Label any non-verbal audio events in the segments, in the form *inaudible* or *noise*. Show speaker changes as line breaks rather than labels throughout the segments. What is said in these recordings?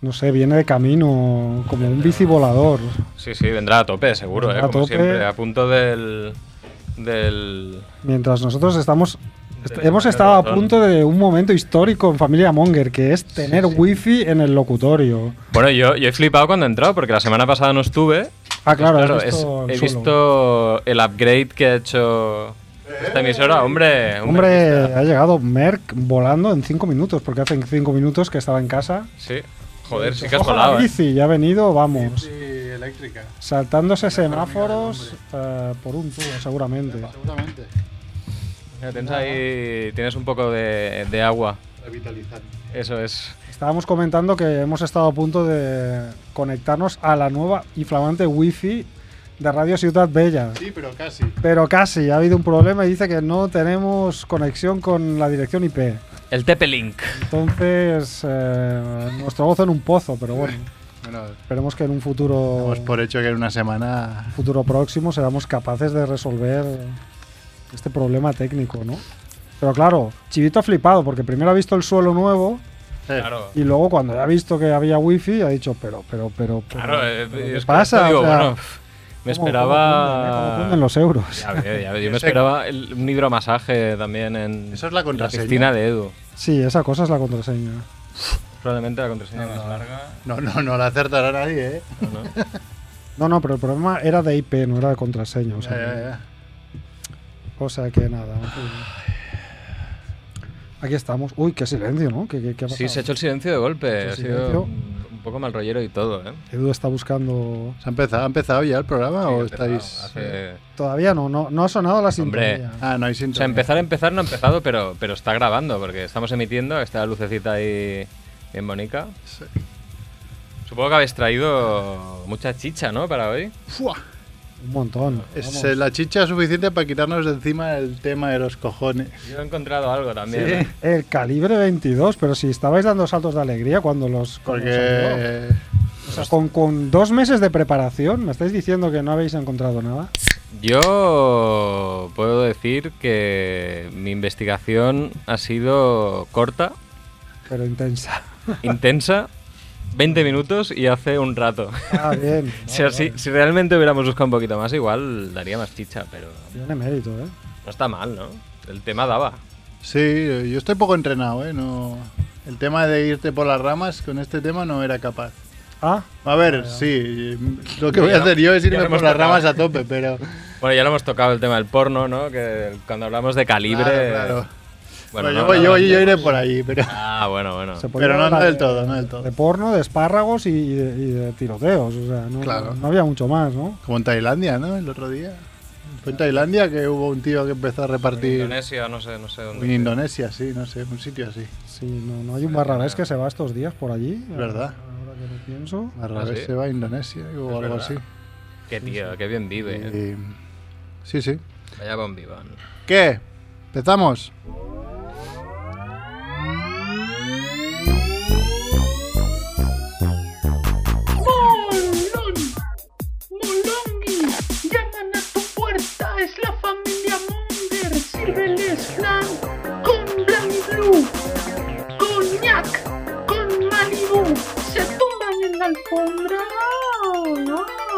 No sé, viene de camino, como un bici volador.
Sí, sí, vendrá a tope, seguro,
Vendrá
¿eh?
a
Como
tope.
siempre, a punto del. del.
Mientras nosotros estamos. est-
Del
hemos
primer
estado a
botón.
punto de un momento histórico en Familia Monger, que es tener
sí.
wifi en el locutorio.
Bueno, yo, yo he flipado cuando he entrado, porque la semana pasada no estuve.
Ah, claro, has
Pues es-
visto el
he
suelo.
visto el upgrade que ha hecho esta emisora. Hombre,
Hombre,
aquí está.
ha llegado Merck volando en cinco minutos, porque hace cinco minutos que estaba en casa.
Sí, joder, sí que has
Coja
volado.
la
¿eh?
bici, ya ha venido, vamos.
Sí, eléctrica,
Saltándose
hormiga del
semáforos eh, por un tubo, seguramente.
seguramente.
Mira, Tienes ahí. tienes un poco de, de agua.
Revitalizante.
Eso es.
Estábamos comentando que hemos estado a punto de conectarnos a la nueva y flamante wifi de Radio Ciudad Bella.
Sí, pero casi.
Pero casi, ha habido un problema y dice que no tenemos conexión con la dirección IP.
El TP-Link.
Entonces, eh, nuestro gozo en un pozo, pero bueno,
Bueno,
esperemos que en un futuro,
damos por hecho que en una semana.
futuro próximo seamos capaces de resolver este problema técnico, ¿no? Pero claro, Chivito ha flipado porque primero ha visto el suelo nuevo
Eh,
Claro.
y luego cuando ha visto que había wifi ha dicho, pero, pero, pero, pero,
Claro, eh,
pero
es
¿qué
que
pasa?
te digo,
O sea,
bueno, pf, me
¿cómo- cómo
esperaba.
funden, eh? ¿Cómo funden los euros.
Ya veo, ya veo. Yo
*laughs*
me
Ese-
esperaba el- un hidromasaje también en
Eso es la contraseña.
piscina de Edu.
Sí, esa cosa es la contraseña.
Probablemente la contraseña más
*laughs*
larga.
No, no, no la acertará nadie, ¿eh?
¿no?
No, no, pero el problema era de IP, no era de contraseña. O sea,
Ya, ya, ya.
O sea que nada. en fin. Aquí estamos. Uy, qué silencio, ¿no? ¿Qué, qué- qué ha
Sí,
pasado?
se ha hecho el silencio de golpe.
hecho
Ha
el
sido
silencio.
un un poco mal rollero y todo, ¿eh?
Edu está buscando.
¿Se ha empezado, ha empezado ya el programa
Sí,
o
ha empezado
estáis.?
hace-
Todavía no, no, no ha sonado la
Hombre.
sintonía.
Ah, no hay
O sea,
sintonía.
empezar a empezar no ha empezado, pero, pero está grabando, porque estamos emitiendo, está la lucecita ahí bien bonita.
Sí.
Supongo que habéis traído mucha chicha, ¿no? Para hoy.
Fua.
Un montón.
Es
Vamos.
eh, la chicha suficiente para quitarnos de encima el tema de los cojones.
Yo he encontrado algo también.
El calibre 22, pero si estabais dando saltos de alegría cuando los. cuando salió.
Porque.
O sea, con, con dos meses de preparación, ¿me estáis diciendo que no habéis encontrado nada?
Yo puedo decir que mi investigación ha sido corta,
Pero
*laughs*
intensa.
intensa, 20 minutos y hace un rato.
*laughs*
Ah, bien. *laughs*
Si,
Vale,
así-
vale.
si realmente hubiéramos buscado un poquito más, igual daría más chicha, pero
Tiene mérito, ¿eh?
no está mal, ¿no? El tema daba.
Sí, eh, yo estoy poco entrenado, ¿eh? No... El tema de irte por las ramas con este tema no era capaz.
Ah,
A ver, sí, *laughs* lo que voy a
Ya-
hacer yo es
ya
irme
lo hemos
por las
tocado.
ramas a tope, pero.
Bueno, ya lo hemos tocado el tema del porno, ¿no? Que cuando hablamos de calibre.
Claro, claro.
Bueno,
Bueno, yo,
no,
voy-
no,
yo-
no,
yo iré por ahí, pero.
Ah, bueno, bueno.
se podía
Pero Pues no,
hablar
no
de-
del todo, no del todo.
de porno, de espárragos y, y de, y de tiroteos. O sea, no,
Claro.
no había mucho más, ¿no?
Como en Tailandia, ¿no? El otro día. Fue en Tailandia que hubo un tío que empezó a
En
repartir.
Indonesia, no sé, no sé dónde.
En Indonesia, sí, no sé, un sitio así.
Sí, no, no hay un barrabés que se va estos días por allí.
verdad.
Ahora que lo pienso.
Al
Ah,
revés
sí.
se va a Indonesia o
Es
algo
verdad.
así.
Qué tío, qué bien vive.
Y- Sí, sí.
Vaya bombivón.
¿Qué? ¿Empezamos?
¡Molón! ¡Molongi! ¡Llaman a tu puerta! ¡Es la familia Munger! ¡Sírveles flan con Blanc Blue! ¡Coñac! ¡Con Malibu! ¡Se tumban en la alfombra! ¡Ah!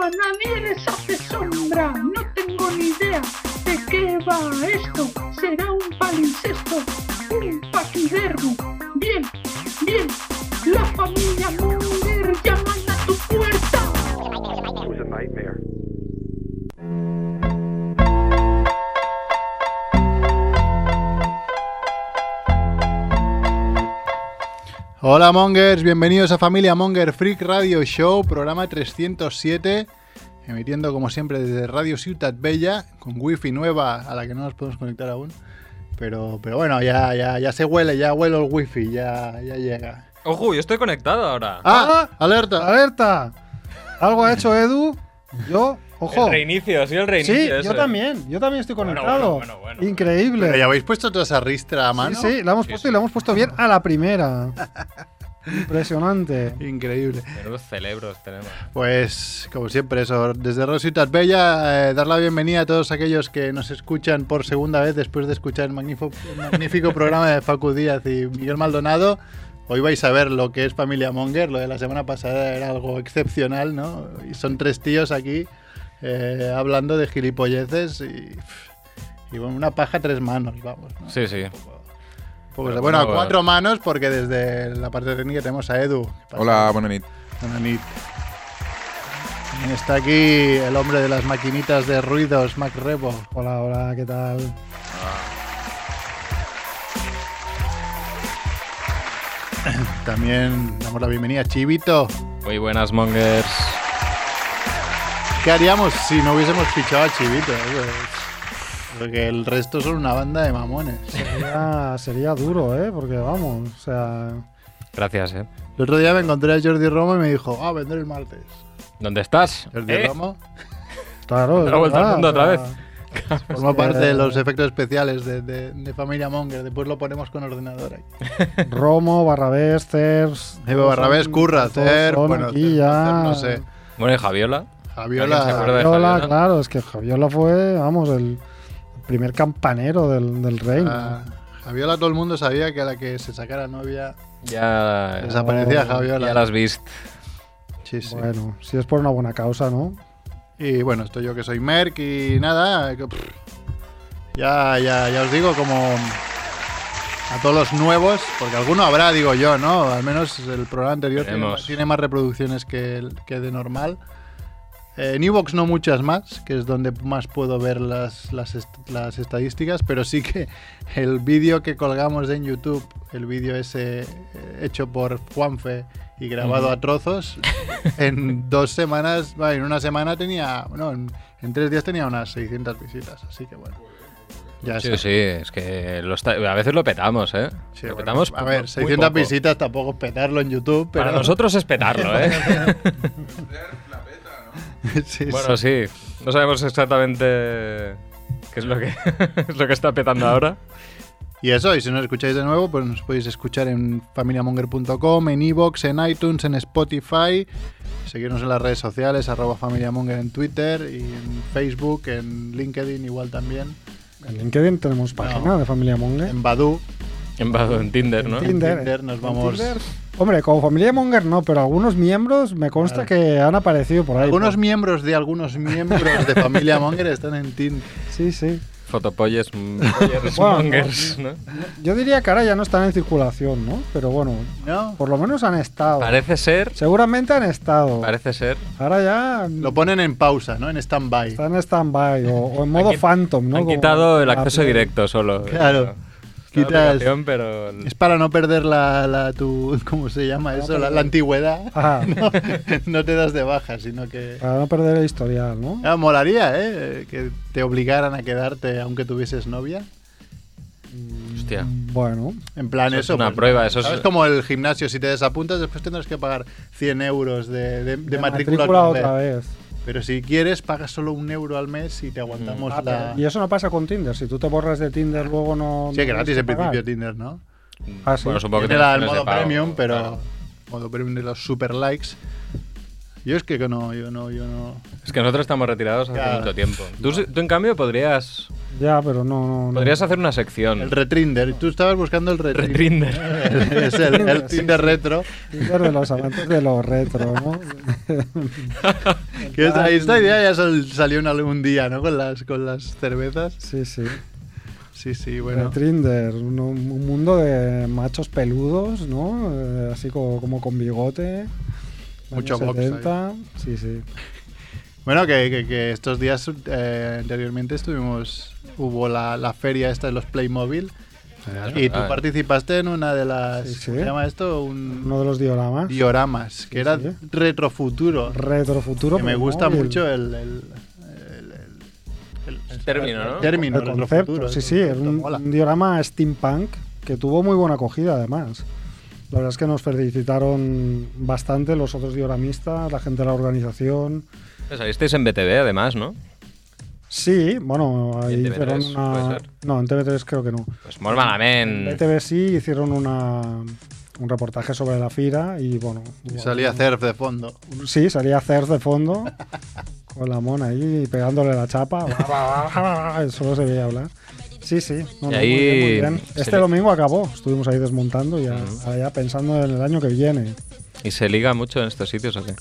¡Nadie les hace sombra! ¡No tengo ni idea de qué va esto! ¡Será un palincesto! ¡Un paquidermo! ¡Bien! ¡Bien! ¡La familia Munger llaman a tu puerta!
Hola Mongers, bienvenidos a Familia Monger Freak Radio Show, programa 307, emitiendo como siempre desde Radio Ciutat Bella, con wifi nueva a la que no nos podemos conectar aún. Pero, pero bueno, ya, ya, ya se huele, ya huele el wifi, ya, ya llega.
Ojo, yo estoy conectado ahora.
¡Ah! ¡Alerta!
¡Alerta! Algo ha hecho Edu. Yo, ojo.
El reinicio, sí, el reinicio.
Sí,
ese.
yo también. Yo también estoy
Bueno,
conectado.
bueno, bueno, bueno.
Increíble.
Pero ya habéis puesto toda esa ristra a
sí,
mano.
sí, la hemos
Sí,
puesto
sí.
y la hemos puesto bien a la primera.
*laughs*
Impresionante.
Increíble.
Menudos celebros tenemos.
Pues, como siempre, eso, desde Rositas Bella, eh, dar la bienvenida a todos aquellos que nos escuchan por segunda vez después de escuchar el magnífico, el magnífico programa de Facu Díaz y Miguel Maldonado. Hoy vais a ver lo que es Familia Monger, lo de la semana pasada era algo excepcional, ¿no? Y son tres tíos aquí eh, hablando de gilipolleces y, y bueno, una paja a tres manos, vamos. ¿no?
Sí, sí.
Pues,
Pero
bueno, a
bueno,
eh.
cuatro manos porque desde la parte técnica tenemos a Edu. ¿Qué pasa?
Hola, buena nit.
Buena nit. También Está aquí el hombre de las maquinitas de ruidos, Mac Rebo.
Hola, hola, ¿qué tal?
También damos la bienvenida a Chivito.
Muy buenas, Mongers.
¿Qué haríamos si no hubiésemos fichado a Chivito? eh? Pues, Porque el resto son una banda de mamones.
Sería, sería duro, ¿eh? Porque vamos, o sea.
Gracias, ¿eh?
El otro día me encontré a Jordi Romo y me dijo, ah, vendré el martes.
¿Dónde estás?
Jordi
¿Eh?
Romo
Claro, es
La vuelta al
verdad,
mundo
o
otra
sea,
vez. *laughs*
forma
que-
parte de los efectos especiales de, de- de Familia Monger. Después lo ponemos con ordenador ahí.
Romo, Barrabés, Cers.
Evo Barrabés, Curra, Cer, bueno, Cer-
aquí ya.
Cer, no sé.
Bueno, y Javiola. ¿Alguien se acuerda
Javiola.
de
Javiola,
Javiola?
claro, es que Javiola fue, vamos, el primer campanero del, del reino.
ah, Javiola todo el mundo sabía que a la que se sacara novia
Ya,
desaparecía
ya
Javiola.
las viste.
Sí, sí.
Bueno, si es por una buena causa, ¿no?
Y bueno, estoy yo que soy Merck y nada. que, pff, ya, ya, ya os digo, como a todos los nuevos, porque alguno habrá, digo yo, ¿no? Al menos el programa anterior tiene,
Veremos.
más- tiene más reproducciones que, el- que de normal. Eh, En Evox no muchas más, que es donde más puedo ver las, las, est- las estadísticas, pero sí que el vídeo que colgamos en YouTube, el vídeo ese eh, hecho por Juanfe y grabado a trozos, en dos semanas, va, en una semana tenía, bueno, en, en tres días tenía unas 600 visitas, así que bueno. Ya
Sí,
está.
sí, es que lo está- a veces lo petamos, ¿eh?
Sí,
lo
bueno,
petamos.
a ver,
muy
600
poco.
visitas tampoco es petarlo en YouTube, pero
Para nosotros es petarlo, ¿eh?
*laughs* sí,
bueno, sí. No sabemos exactamente qué es lo que, *laughs* es lo que está petando ahora.
Y eso, y si nos escucháis de nuevo, pues nos podéis escuchar en familiamonger.com, en iVoox, en iTunes, en Spotify. Seguirnos en las redes sociales, arroba familiamonger en Twitter y en Facebook, en LinkedIn igual también,
En LinkedIn tenemos página
No.
de Familia Monger.
en Badu,
En, en Tinder, ¿no?
en Tinder, nos vamos...
Tinder. Hombre, como Familia Monger no, pero algunos miembros me consta que han aparecido por ahí.
Algunos
Por-
miembros de algunos miembros de Familia Monger están en Tinder.
Sí, sí.
Fotopolles, m- *laughs* pollers,
Bueno,
mongers, ¿no?
Yo diría que ahora ya no están en circulación, ¿no? Pero bueno,
¿No?
por lo menos han estado.
Parece ser,
Seguramente han estado.
parece ser.
Ahora ya
Lo ponen en pausa, ¿no? En stand-by.
están en stand-by o, o en modo
qui-
phantom, ¿no?
Han
Como-
quitado el
la
acceso
Play.
directo solo.
Claro.
Está la
Quitas-
aplicación, pero el-
Es para no perder la, la tu, ¿cómo se llama eso? La, la antigüedad.
Ajá,
*laughs* No, no te das de baja, sino que...
para no perder el historial, ¿no?
Ah, molaría, ¿eh? Que te obligaran a quedarte aunque tuvieses novia.
Hostia.
Bueno,
En plan,
Eso
eso.
es
pues,
una prueba, eso es-
¿sabes? como el gimnasio, si te desapuntas, después tendrás que pagar 100 euros de, de- de
la
matrícula,
matrícula
otra
otra
vez.
vez.
Pero si quieres, pagas solo un euro al mes y te aguantamos
Ah,
la.
pero- Y eso no pasa con Tinder. Si tú te borras de Tinder, luego no.
Sí,
no
gratis
tienes que
en
pagar.
principio Tinder, ¿no?
Ah, sí.
Bueno, supongo que
Tiene la- el
tienes
modo
de pago,
premium, pero.
claro.
Modo premium de los super likes. Yo es que no, yo no, yo no.
Es que nosotros estamos retirados hace
Claro.
mucho tiempo. Tú, sí- tú, en cambio, podrías,
Ya, pero no. no, no.
podrías hacer una sección. *laughs*
El retrinder. Tú estabas buscando el retrinder.
Retrinder.
*laughs* es el, el Tinder retro.
Tinder de los amantes de los retro,
*laughs*
¿no?
Que esta, esta idea ya sal- salió en algún día, ¿no? Con las, con las cervezas.
Sí, sí.
Sí, sí, bueno.
Tinder, un, un mundo de machos peludos, ¿no? Eh, así como, como con bigote.
Mucho
años
box ahí.
70. Sí, sí.
Bueno, que, que- que estos días eh, anteriormente estuvimos, hubo la, la feria esta de los Playmobil y tú
Ah,
participaste en una de las,
Sí, sí.
¿cómo se llama esto? Un
Uno de los dioramas.
dioramas, que era
sí.
retrofuturo.
Retrofuturo.
que me
pero
gusta
móvil.
mucho eh, el, el- el- el- el-
El término, ¿no?
el término,
El concepto.
retrofuturo,
Sí,
el
sí, es
concepto,
un,
eh, mola.
un diorama steampunk que tuvo muy buena acogida, además. La verdad es que nos felicitaron bastante los otros dioramistas, la gente de la organización.
Salisteis en BTV, además, ¿no?
Sí, bueno,
¿Y
ahí
en TV3
hicieron una.
puede ser?
No, en TV3 creo que no.
Pues muy malamente.
En TV sí hicieron una, un reportaje sobre la FIRA y bueno.
Y
hubo-
salía surf de fondo.
Sí, salía Cers de fondo
*laughs*
con la mona ahí pegándole la chapa. Solo se veía hablar. Sí, sí. No,
Y
no,
ahí
muy bien, muy bien.
se
Este
le-
domingo acabó. Estuvimos ahí desmontando y ya, ahora ya pensando en el año que viene.
¿Y se liga mucho en estos sitios o qué?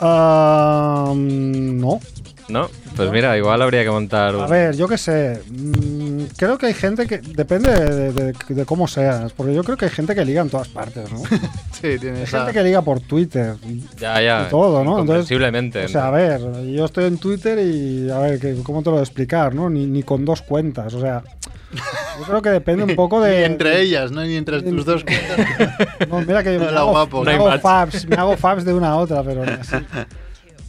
Ah, mm, no.
No, pues mira, igual habría que montar
A
un-
ver, yo qué sé. Mm, creo que hay gente que. Depende de, de- de cómo seas. Porque yo creo que hay gente que liga en todas partes,
*laughs*
¿no? Hay
Sí, tiene esa...
gente que liga por Twitter.
ya, ya,
y todo, ¿no? Entonces,
Comprensiblemente.
O sea, a ver, yo estoy en Twitter y a ver, que- ¿cómo te lo voy a explicar, no? Ni, ni con dos cuentas, o sea, yo creo que depende un
*laughs*
poco de...
Ni entre ellas, ¿no? Ni entre
*laughs*
tus dos cuentas.
No, mira
*laughs*
que yo me
Hola,
hago,
guapo.
me
No hay
hago
match.
faps, me hago faps de una a otra,
*laughs*
pero ni así.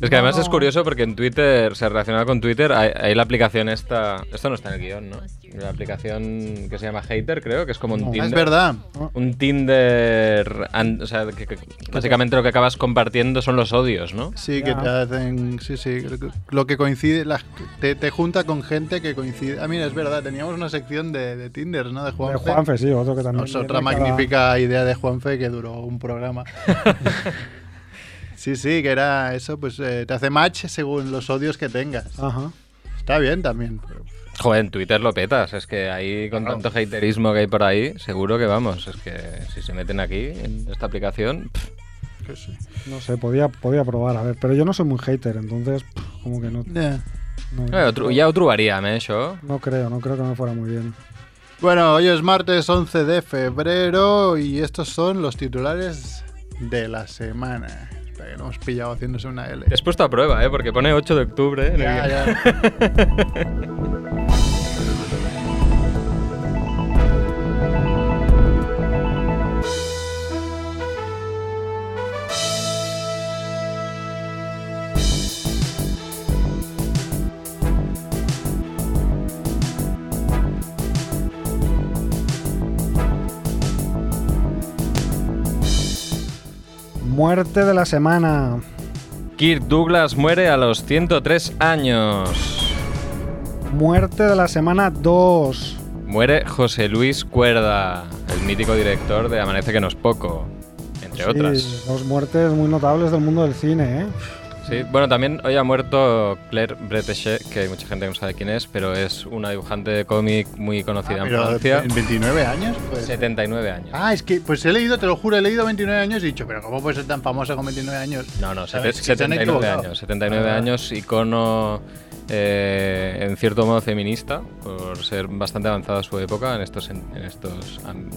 Es que además es
No.
curioso porque en Twitter, o sea, relacionado con Twitter, hay, hay la aplicación esta. Esto no está en el guión, ¿no? La aplicación que se llama Hater, creo, que es como un
No.
Tinder.
es verdad.
Un Tinder. an- o sea, que, que básicamente lo que acabas compartiendo son los odios, ¿no?
Sí,
Ya.
que te hacen. Sí, sí. Lo que coincide. las- te, te junta con gente que coincide. Ah, mira, es verdad. Teníamos una sección de, de Tinder, ¿no? De
De
Juanfe.
Juanfe, sí, otro que también...
Es otra
viene cada-
magnífica idea de Juanfe que duró un programa. sí, sí, que era eso. Pues eh, te hace match según los odios que tengas.
Ajá.
Está bien también. pero-
Joder, en Twitter lo petas. Es que ahí, con tanto haterismo que hay por ahí, seguro que vamos. Es que si se meten aquí, en esta aplicación. pff,
que sí.
No sé, podía, podía probar, a ver, pero yo no soy muy hater, entonces pff, como que no...
Ya.
No,
eh, otro- ya otro varía, ¿eh? Eso.
no creo, no creo que me fuera muy bien.
Bueno, hoy es martes 11 de febrero y estos son los titulares de la semana. Espera, que no hemos pillado haciéndose una L.
Es puesto a prueba, ¿eh? Porque pone 8 de octubre. en el
Ya, Ah,
guión. *laughs*
ya.
Muerte de la semana.
Kirk Douglas muere a los 103 años.
Muerte de la semana 2.
Muere José Luis Cuerda, el mítico director de Amanece que no es poco, entre
Sí,
otras.
dos muertes muy notables del mundo del cine, ¿eh?
Sí, bueno, también hoy ha muerto Claire Bretéche, que hay mucha gente que no sabe quién es, pero es una dibujante de cómic muy conocida en
Ah, Pero
Francia.
en 29 años, pues.
79 años.
Ah, es que, pues he leído, te lo juro, he leído 29 años y he dicho, pero ¿cómo puede ser tan famosa con 29 años?
No, no, sete-
¿Sabes? Que se han
79
equivocado.
años. 79
Ah.
años, icono eh, en cierto modo feminista, por ser bastante avanzada su época en estos, en, en estos am-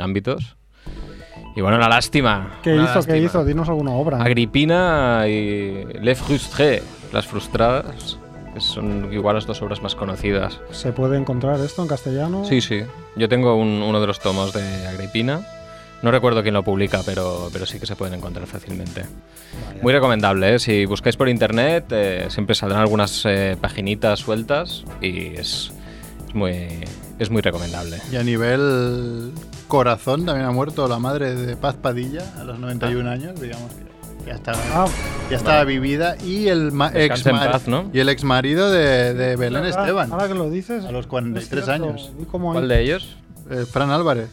ámbitos. Y bueno, una lástima.
¿Qué
una
hizo?
lástima.
¿Qué hizo? Dinos alguna obra.
Agripina y Le Frustré, Las Frustradas, que son igual las dos obras más conocidas.
¿Se puede encontrar esto en castellano?
Sí, sí. Yo tengo un- uno de los tomos de Agripina. No recuerdo quién lo publica, pero, pero sí que se pueden encontrar fácilmente. Muy recomendable, ¿eh? si buscáis por internet eh, siempre saldrán algunas eh, paginitas sueltas y es, es muy, es muy recomendable.
Y a nivel corazón también ha muerto la madre de Paz Padilla a los
Ah.
91 años, digamos que ya estaba,
Ah,
ya estaba vivida. Y el, ma- ex,
Descansa en
mari-
paz, ¿no? Ah,
y el ex marido de, de Belén
ahora-
Esteban,
Ahora que lo dices.
A los
es
43
cierto,
años.
vi cómo
¿Cuál
hay-
de ellos?
eh, Fran Álvarez.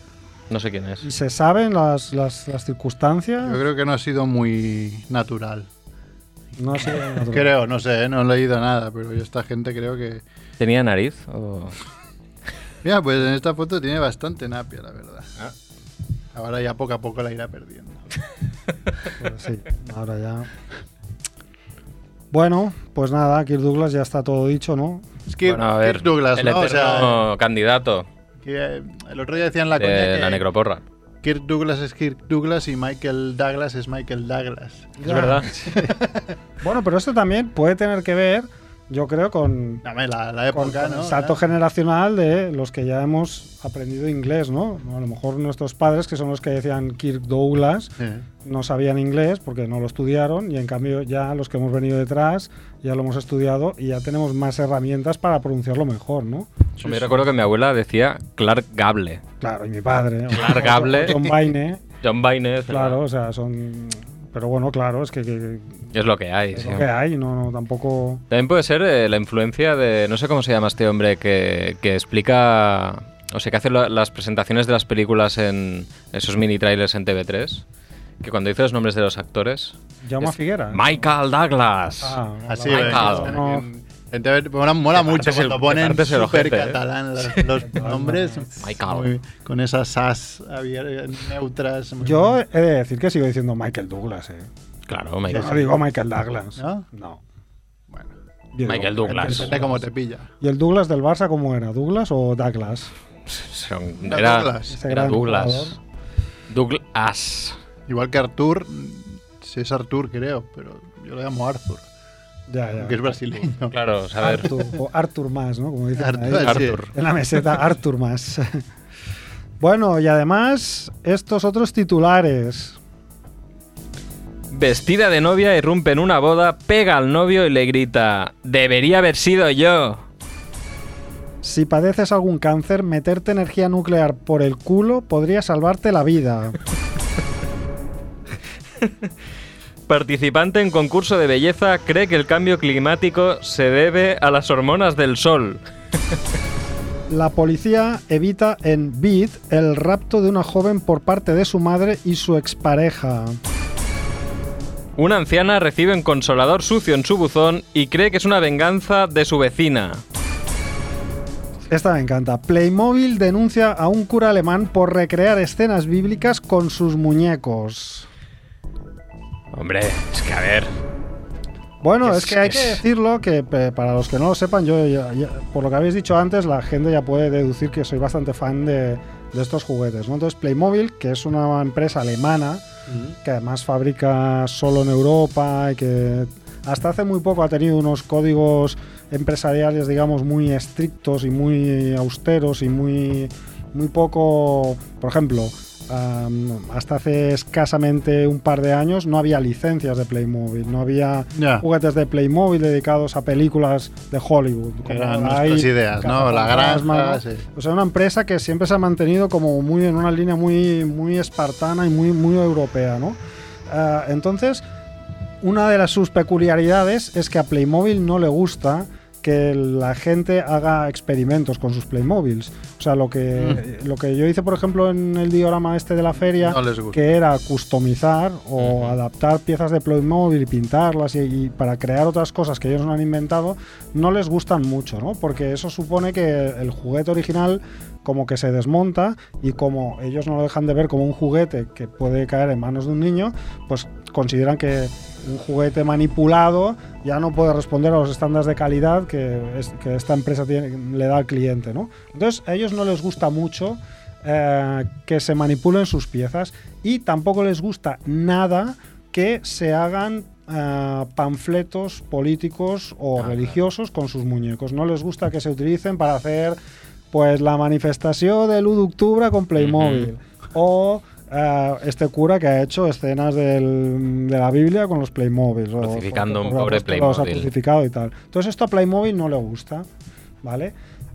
No sé quién es.
¿Y se saben las, las, las circunstancias?
Yo creo que no ha sido muy natural.
No sé.
Creo, no sé, ¿eh? no he leído nada, pero yo esta gente creo que...
¿Tenía nariz? o-
Mira, pues en esta foto tiene bastante napia, la verdad.
Ah.
Ahora ya poco a poco la irá perdiendo.
*laughs*
Pues sí, ahora ya. Bueno, pues nada, Kirk Douglas ya está todo dicho, ¿no?
Es que
Bueno, a
Kirk
ver,
Douglas,
el
¿no? O sea,
eterno candidato
que, eh, el otro día decían la coña
de
que
la necroporra.
Kirk Douglas es Kirk Douglas y Michael Douglas es Michael Douglas.
Es verdad.
Bueno, pero esto también puede tener que ver, yo creo, con,
Dame la, la
con-
época,
con
¿no?
el salto generacional de los que ya hemos aprendido inglés, ¿no? A lo mejor nuestros padres, que son los que decían Kirk Douglas,
Sí.
no sabían inglés porque no lo estudiaron y en cambio ya los que hemos venido detrás ya lo hemos estudiado y ya tenemos más herramientas para pronunciarlo mejor, ¿no?
Yo recuerdo que mi abuela decía Clark Gable.
Claro, y mi padre.
Clark Gable.
John
*laughs*
Baine,
John Baines. ¿verdad?
claro, o sea, son... Pero bueno, claro, es que, que-
Es lo que hay.
es
sí.
lo que hay, no, no, tampoco...
También puede ser eh, la influencia de, no sé cómo se llama este hombre, que, que explica, o sea, que hace la- las presentaciones de las películas en esos mini trailers en TV3, que cuando dice los nombres de los actores...
Jaume
es
Figueras.
Michael Douglas.
¿eh? Ah,
Así,
vale,
eh,
Michael.
no,
también Entonces, mola, mola
Te
mucho
partes el-
cuando
te
ponen
partes el
súper
ojete, ¿eh?
catalán los, los nombres.
Michael.
Muy- con esas sas abier- neutras. muy
Yo
bien.
he de decir que sigo diciendo Michael Douglas, ¿eh?
Claro,
Yo
Michael.
no digo Michael Douglas.
¿No?
No.
Bueno,
Yo
Michael
digo
Douglas.
depende cómo te pilla.
¿Y el Douglas del Barça cómo era? ¿Douglas o Douglas?
Son-
Era
Era
Douglas.
Ese
era
Este gran
Douglas. Douglas.
Igual que Artur, si es Artur, creo, pero yo lo llamo Arthur,
Ah, Ya, ya.
aunque es brasileño. *laughs*
Claro, saber.
Arthur, o Arthur más, ¿no? Como dicen
Artur,
ahí.
sí.
Arthur.
En la meseta, Arthur más. *laughs* bueno, y además, estos otros titulares.
Vestida de novia, irrumpe en una boda, pega al novio y le grita: ¡Debería haber sido yo!
Si padeces algún cáncer, meterte energía nuclear por el culo podría salvarte la vida.
Participante en concurso de belleza cree que el cambio climático se debe a las hormonas del sol.
La policía evita en Bid el rapto de una joven por parte de su madre y su expareja.
Una anciana recibe un consolador sucio en su buzón y cree que es una venganza de su vecina.
Esta me encanta. Playmobil denuncia a un cura alemán por recrear escenas bíblicas con sus muñecos.
Hombre, es que a ver.
Bueno,
Es-
es, que hay que
es-
decirlo que pe- para los que no lo sepan, yo, ya- ya- por lo que habéis dicho antes, la gente ya puede deducir que soy bastante fan de, de estos juguetes. ¿no? Entonces, Playmobil, que es una empresa alemana que además fabrica solo en Europa y que hasta hace muy poco ha tenido unos códigos empresariales, digamos, muy estrictos y muy austeros y muy, muy poco, por ejemplo. am, hasta hace escasamente un par de años no había licencias de Playmobil, no había
Ya.
juguetes de Playmobil dedicados a películas de Hollywood. como
Eran
la
nuestras
hay,
ideas, ¿no? La
Cazafantasmas,
granja,
¿no?
sí.
O sea, una empresa que siempre se ha mantenido como muy en una línea muy, muy espartana y muy, muy europea, ¿no? Ah, entonces, una de las sus peculiaridades es que a Playmobil no le gusta que la gente haga experimentos con sus Playmobiles. O sea, lo que, lo que yo hice, por ejemplo, en el diorama este de la feria,
Mm. No les gusta.
que era customizar o adaptar piezas de Playmobil y pintarlas y, y para crear otras cosas que ellos no han inventado, no les gustan mucho, ¿no? Porque eso supone que el juguete original como que se desmonta y como ellos no lo dejan de ver como un juguete que puede caer en manos de un niño, pues consideran que un juguete manipulado ya no puede responder a los estándares de calidad que, es- que esta empresa tiene- le da al cliente, ¿no? Entonces a ellos no les gusta mucho eh, que se manipulen sus piezas y tampoco les gusta nada que se hagan eh, panfletos políticos o religiosos con sus muñecos. No les gusta que se utilicen para hacer pues la manifestación del 1 de octubre con Playmobil o eh, este cura que ha hecho escenas del- de la Biblia con los Playmobil. o-
Crucificando a un
o- o-
pobre
los ha
Playmobil.
crucificado y tal. Entonces esto a Playmobil no le gusta, ¿vale?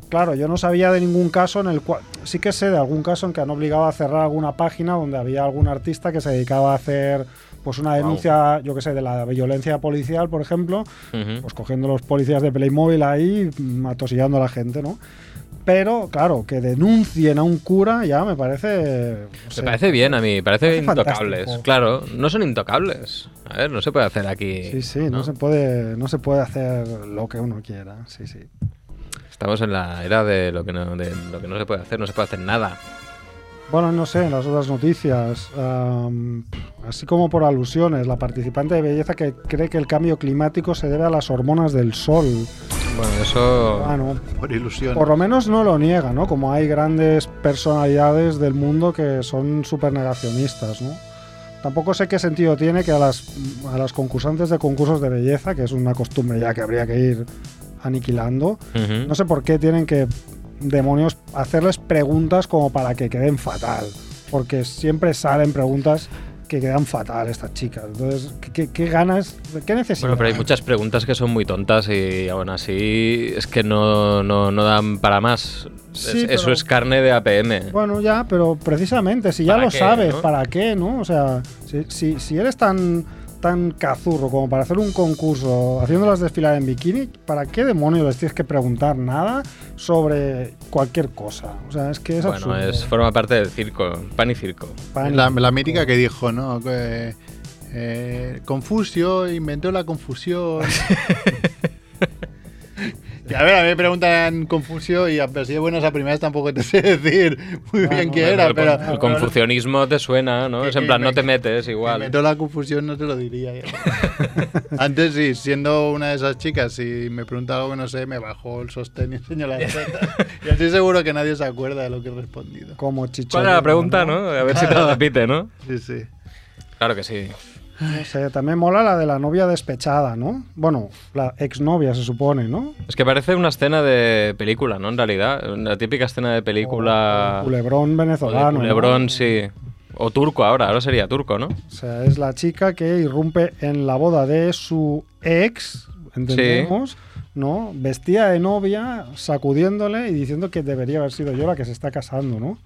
Claro, yo no sabía de ningún caso en el cual. Sí que sé de algún caso en que han obligado a cerrar alguna página donde había algún artista que se dedicaba a hacer pues una denuncia, yo que sé, de la violencia policial, por ejemplo,
Ujú.
pues cogiendo los policías de Playmobil ahí, mm, atosillando a la gente, ¿no? Pero, claro, que denuncien a un cura ya me parece. no sé,
Me parece bien a mí, me parece
Parece
intocables.
fantástico.
Claro, no son intocables. A ver, no se puede hacer aquí.
Sí, sí, no,
¿no?
se puede, no se puede hacer lo que uno quiera. Sí, sí.
Estamos en la era de lo, que no, de lo que no se puede hacer, no se puede hacer nada.
Bueno, no sé, en las otras noticias, am, así como por alusiones, la participante de belleza que cree que el cambio climático se debe a las hormonas del sol.
Bueno, eso.
Ah, no,
Por ilusión.
por lo menos no lo niega, ¿no? Como hay grandes personalidades del mundo que son súper negacionistas, ¿no? Tampoco sé qué sentido tiene que a las, a las concursantes de concursos de belleza, que es una costumbre ya que habría que ir aniquilando,
Ujú.
no sé por qué tienen que, demonios, hacerles preguntas como para que queden fatal. Porque siempre salen preguntas que quedan fatal estas chicas. Entonces, ¿qué, qué- qué ganas? ¿Qué necesitan?
Bueno, pero hay muchas preguntas que son muy tontas y aún así es que no, no, no dan para más.
Sí,
Es-
pero-
Eso es carne de APM.
Bueno, ya, pero precisamente, si ya
¿Para
lo
qué,
sabes,
no?
¿para qué, no? O sea, si, si- si eres tan, tan cazurro como para hacer un concurso haciéndolas desfilar en bikini, ¿para qué demonios les tienes que preguntar nada sobre cualquier cosa? O sea, es que es
bueno,
absurdo.
es, forma parte del circo, pan y circo.
Pan-
La, la mítica que dijo, ¿no? Que, eh, Confucio inventó la confusión. Que, a ver, a mí me preguntan Confucio y a ver si de buenas a primeras tampoco te sé decir muy
Bueno,
bien qué
bueno,
era,
el,
pero.
el confucionismo te suena, ¿no?
Que-
Es en
que
plan,
me-
no te metes
Igual.
igual.
meto la confusión, no te lo diría.
*laughs*
ya. Antes sí, siendo una de esas chicas, si me pregunta algo que no sé, me bajó el sostén y
*laughs*
enseño la teta. Y estoy seguro que nadie se acuerda de lo que he respondido.
Como chicho.
¿Cuál era la pregunta, no? A ver si te la repite, ¿no?
Sí, sí.
Claro que sí.
No sé, también mola la de la novia despechada, ¿no? Bueno, la exnovia se supone, ¿no?
Es que parece una escena de película, ¿no? En realidad, la típica escena de película...
O Culebrón
o de
venezolano. Oh, ¿no?
culebrón, sí. O turco ahora, ahora sería turco, ¿no?
O sea, es la chica que irrumpe en la boda de su ex, entendemos, ¿no? Vestida de novia, sacudiéndole y diciendo que debería haber sido yo la que se está casando, ¿no?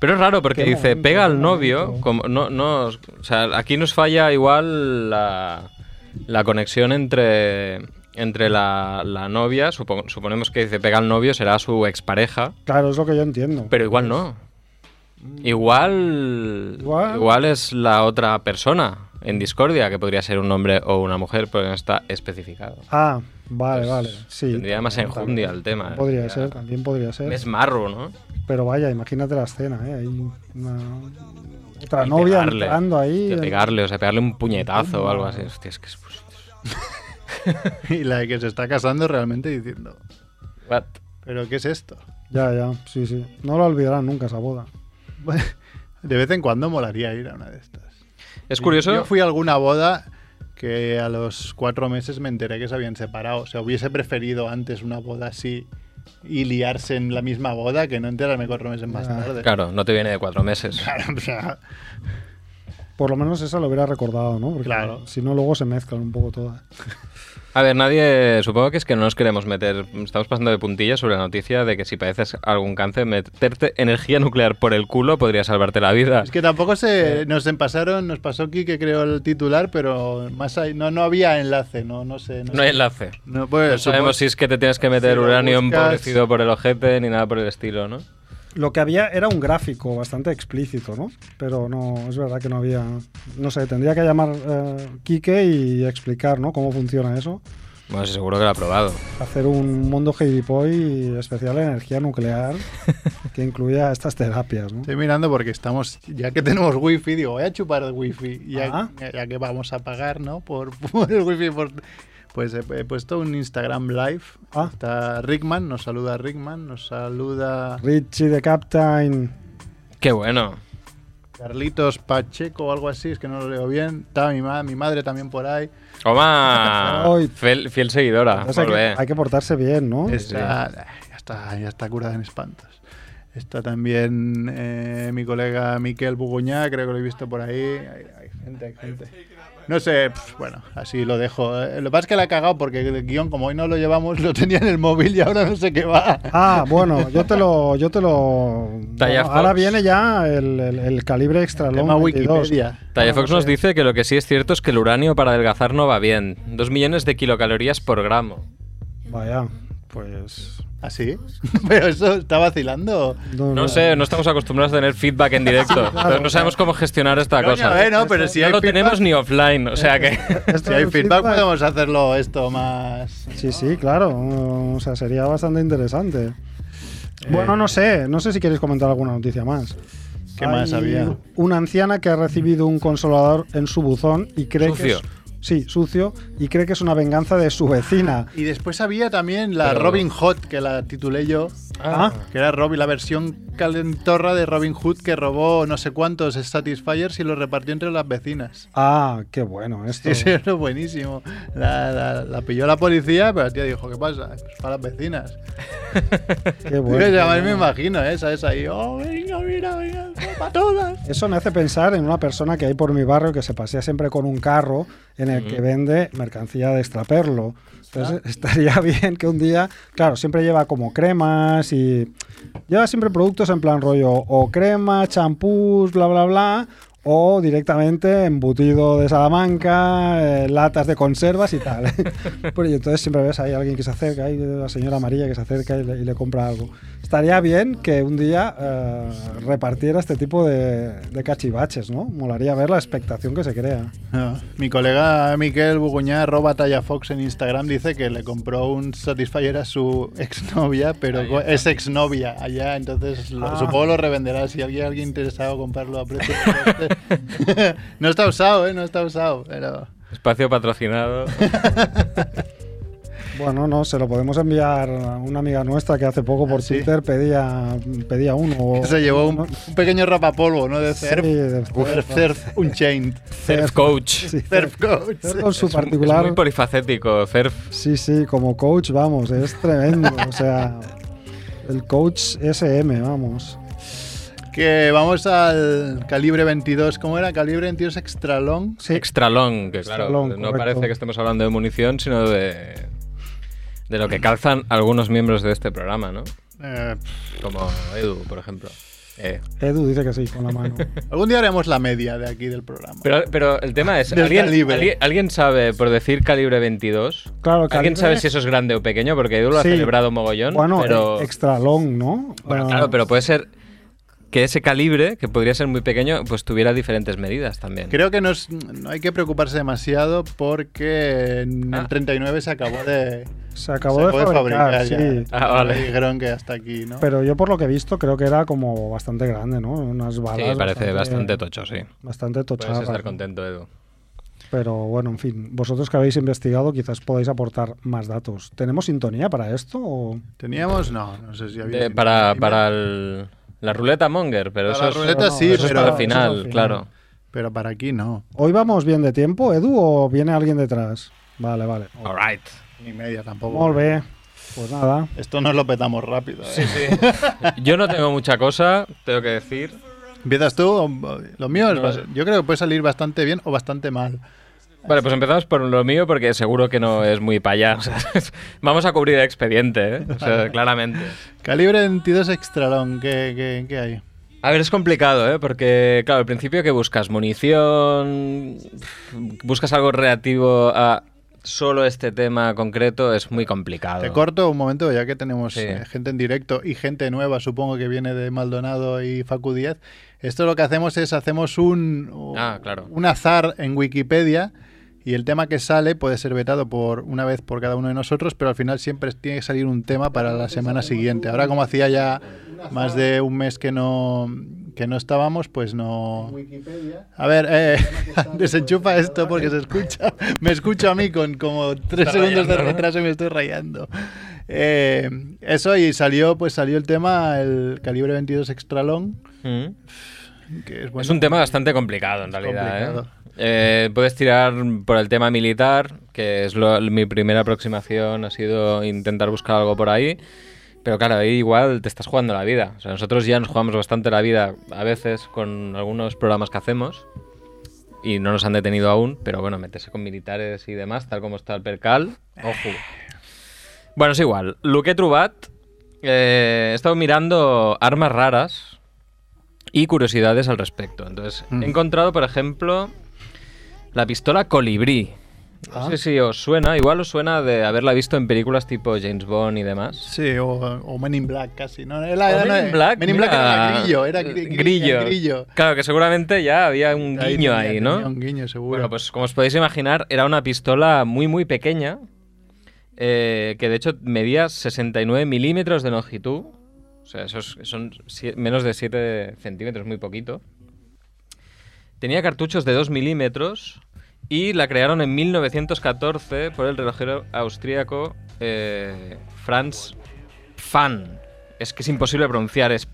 Pero es raro porque
Qué
dice,
momento,
pega
qué
al novio,
momento.
como, no, no, o sea, aquí nos falla igual la, la conexión entre, entre la, la novia, supo- suponemos que dice, pega al novio, será su expareja,
Claro, es lo que yo entiendo.
pero igual no. Igual,
Mm. Igual.
igual es la otra persona en discordia, que podría ser un hombre o una mujer, pero no está especificado.
ah, vale, vale. Sí.
Pues Tendría más
también,
enjundia
también.
el tema. ¿eh?
Podría
Ya.
ser, también podría ser.
Es marro, ¿no?
Pero vaya, imagínate la escena, ¿eh? Hay una- otra
Y
novia
pegarle,
entrando ahí.
de
en-
pegarle, o sea, pegarle un puñetazo o algo así. Hostia, es que es...
Y la que se está casando realmente diciendo,
What?
¿pero qué es esto?
Ya, ya, sí, sí. No lo olvidarán nunca esa boda.
De vez en cuando molaría ir a una de estas.
Es curioso.
Yo fui a alguna boda que a los cuatro meses me enteré que se habían separado. O sea, hubiese preferido antes una boda así y liarse en la misma boda que no enterarme cuatro meses más
Ah,
Ya.
tarde.
Claro, no te viene de cuatro meses.
o sea,
Por lo menos esa lo hubiera recordado, ¿no? Porque
Claro.
si no, luego se mezclan un poco todas.
A ver, nadie. Supongo que es que no nos queremos meter. Estamos pasando de puntilla sobre la noticia de que si padeces algún cáncer, meterte energía nuclear por el culo podría salvarte la vida.
Es que tampoco se nos empasaron, nos pasó aquí que creo el titular, pero más ahí, no, no había enlace, no, no sé.
No hay enlace.
No, pues,
No sabemos si es que te tienes que meter
si lo
uranio
buscas-
empobrecido por el ojete ni nada por el estilo, ¿no?
Lo que había era un gráfico bastante explícito, ¿no? Pero no, es verdad que no había. No sé, tendría que llamar eh, Quique y explicar, ¿no? Cómo funciona eso.
Bueno, sí, seguro que lo ha probado.
Hacer un mundo gilipoy especial en energía
*laughs*
nuclear que incluya estas terapias, ¿no?
Estoy mirando porque estamos, ya que tenemos wifi, digo, voy a chupar el wifi, ya,
Ah.
ya que vamos a pagar, ¿no? Por, *laughs* por el wifi, por- pues he, he puesto un Instagram live.
Ah.
Está Rickman, nos saluda Rickman, nos saluda
Richie the Captain.
Qué bueno.
Carlitos Pacheco o algo así, es que no lo leo bien. Está mi, ma- mi madre también por ahí.
Toma.
Hoy-
Fiel, fiel seguidora.
Entonces hay,
Molt
que,
bé.
hay que portarse bien, ¿no?
Ah, Es-
Está, eh, ya, está, ya está curada en espantos. Está también eh, mi colega Miquel Buguñá, creo que lo he visto por ahí. Hay, hay gente, hay gente. No sé, pf, bueno, así lo dejo. Eh, Lo que pasa es que la he cagado porque el guión, como hoy no lo llevamos, lo tenía en el móvil y ahora no sé qué va.
Ah, bueno, yo te lo. Yo te lo
Talla
bueno, ahora
Fox.
viene ya el, el- el calibre extra
Tema
long 22.
Wikipedia.
Talla
no
Fox nos
sé.
dice que lo que sí es cierto es que el uranio para adelgazar no va bien. Dos millones de kilocalorías por gramo.
Vaya, pues.
¿Así? ¿Ah, *laughs* Pero eso está vacilando.
No sé, no estamos acostumbrados a tener feedback en directo. Entonces no sabemos cómo gestionar esta
Coño,
cosa.
eh, no, pero si
no
hay
lo
feedback-
tenemos ni offline, o sea que.
Esto
Si hay
del
feedback, podemos hacerlo esto más.
Sí, sí, claro. O sea, sería bastante interesante. Bueno, no sé. No sé si queréis comentar alguna noticia más.
¿Qué más
Hay
había?
Una anciana que ha recibido un consolador en su buzón y cree
Sucio.
que es. Sí, sucio. Y cree que es una venganza de su vecina.
Y después había también la
Pero-
Robin Hood, que la titulé yo.
Ah,
Que era Robin, la versión calentorra de Robin Hood que robó no sé cuántos Satisfiers y los repartió entre las vecinas.
ah qué bueno esto.
Sí, sí, era buenísimo. La, la- la pilló la policía, pero la tía dijo, ¿qué pasa? Pues para las vecinas.
Qué
*laughs* Yo
bueno.
me imagino, ¿eh? ¿sabes? Ahí, oh, venga, mira, venga, para todas.
Eso me hace pensar en una persona que hay por mi barrio que se pasea siempre con un carro en el que vende mercancía de extraperlo. Entonces estaría *laughs* bien que un día, claro, siempre lleva como cremas y lleva siempre productos en plan rollo o crema, champús, bla, bla, bla, o directamente embutido de Salamanca, eh, latas de conservas y tal. *laughs* Pero y entonces siempre ves ahí a alguien que se acerca, hay la señora amarilla que se acerca y le, y le compra algo. Estaría bien que un día eh, repartiera este tipo de, de cachivaches, ¿no? Molaría ver la expectación que se crea.
Ah, Mi colega Miquel Buguñá, arroba tallafox en Instagram, dice que le compró un Satisfyer a su exnovia, pero co- es exnovia allá, entonces lo-
Ah.
supongo lo revenderá si alguien, alguien interesado comprarlo a precio. de- *laughs* no está usado, ¿eh? No está usado, pero... *laughs*
Espacio patrocinado.
Bueno, no, se lo podemos enviar a una amiga nuestra que hace poco por
Ah, sí.
Twitter pedía, pedía uno. o-
Se llevó un,
no,
un pequeño rapapolvo, ¿no? De
sí,
surf.
de-
Surf, surf Unchained.
Surf Coach. *laughs*
sí,
Surf Coach.
Surf con su
Es un-
particular.
Es muy polifacético, Surf.
Sí, sí, como coach, vamos, es tremendo. o sea, el coach SM, vamos.
Que vamos al calibre 22. ¿Cómo era? Calibre 22 extra long.
Sí,
Extra long, que
Extra
claro,
long,
no
correcto.
parece que estemos hablando de munición, sino de, de lo que calzan algunos miembros de este programa, ¿no?
Eh, pff,
Como Edu, por ejemplo. Eh,
Edu dice que sí, con la mano.
algún día haremos la media de aquí del programa.
Pero, pero el tema es,
Del
¿alguien,
calibre.
alguien- alguien sabe, por decir calibre 22?
Claro,
¿Alguien
calibre-
sabe si eso es grande o pequeño? Porque Edu lo ha
Sí.
celebrado mogollón,
Bueno,
pero...
e- extra long, ¿no?
eh, Bueno,
Ah,
claro, pero puede ser que ese calibre, que podría ser muy pequeño, pues tuviera diferentes medidas también.
Creo que no, es- no hay que preocuparse demasiado porque en el
Ah.
39 se acabó de,
Se
se
acabó de
acabó de
fabricar,
ya.
sí.
Ah, vale.
Me Dijeron que hasta aquí, ¿no?
Pero yo por lo que he visto creo que era como bastante grande, ¿no? Unas
Sí,
balas.
parece bastante tocho, sí.
Bastante
Puedes
tochadas.
estar
¿no?
contento, Edu.
Pero bueno, en fin, vosotros que habéis investigado quizás podáis aportar más datos. ¿Tenemos sintonía para esto? o-
Teníamos, no, no sé si había.
De- Eh, para para el- la ruleta Monger, pero
Para
eso
la
es,
ruleta
eso
no,
sí,
es
pero-
para el
eso es
final,
al final.
claro.
Pero para aquí no,
¿Hoy vamos bien de tiempo, Edu, o viene alguien detrás? Vale, vale.
All right.
ni media tampoco.
Muy bien. Pues nada.
Esto nos lo petamos rápido. ¿eh?
Yo no tengo mucha cosa, tengo que decir.
¿Empiezas tú? o- o- Lo mío es bas- yo creo que puede salir bastante bien o bastante mal.
Vale, pues empezamos por lo mío porque seguro que no es muy para allá. o sea, *laughs* vamos a cubrir el expediente, ¿eh? O sea, claramente.
Calibre 22 extra long, ¿qué, qué, qué hay?
A ver, es complicado, ¿eh? Porque, claro, al principio que buscas munición, buscas algo relativo a solo este tema concreto, es muy complicado.
Te corto un momento, ya que tenemos
Sí.
eh, gente en directo y gente nueva, supongo que viene de Maldonado y Facu 10. Esto lo que hacemos es hacemos un, o-
Ah, claro.
un azar en Wikipedia y el tema que sale puede ser vetado por una vez por cada uno de nosotros, pero al final siempre tiene que salir un tema para la semana siguiente. Ahora como hacía ya más de un mes que no que no estábamos, pues no. A ver, eh, *laughs* desenchufa esto porque se escucha. Me escucho a mí con como tres segundos de retraso y me estoy rayando. Eh, eso y salió, pues salió el tema el calibre 22 extra long,
¿Mm?
que es bueno.
es un tema bastante complicado en
Es
realidad. ¿eh?
complicado.
Eh, puedes tirar por el tema militar, que es lo- mi primera aproximación, ha sido intentar buscar algo por ahí. Pero claro, ahí igual te estás jugando la vida. O sea, nosotros ya nos jugamos bastante la vida a veces con algunos programas que hacemos y no nos han detenido aún. Pero bueno, meterse con militares y demás, tal como está el percal, ojo. Bueno, es igual. Luque Trubat, eh, he estado mirando armas raras y curiosidades al respecto. Entonces,
Mm.
he encontrado, por ejemplo, la pistola colibrí. No sé si os suena, igual os suena de haberla visto en películas tipo James Bond y demás.
Sí, o, o Men in Black casi. No,
O
Era- era- Ah, no, eh,
Men in Black,
Men in Black era
mira,
grillo, era gri- gri-
grillo.
grillo.
Claro, que seguramente ya había un guiño
tenía-
ahí,
tenía
¿no?
Un guiño seguro.
Bueno, pues como os podéis imaginar, era una pistola muy, muy pequeña, eh, que de hecho medía 69 milímetros de longitud. O sea, eso es- son sie- menos de 7 centímetros, muy poquito. Tenía cartuchos de 2 milímetros y la crearon en 1914 por el relojero austríaco eh, Franz Pfann. Es que es imposible pronunciar, es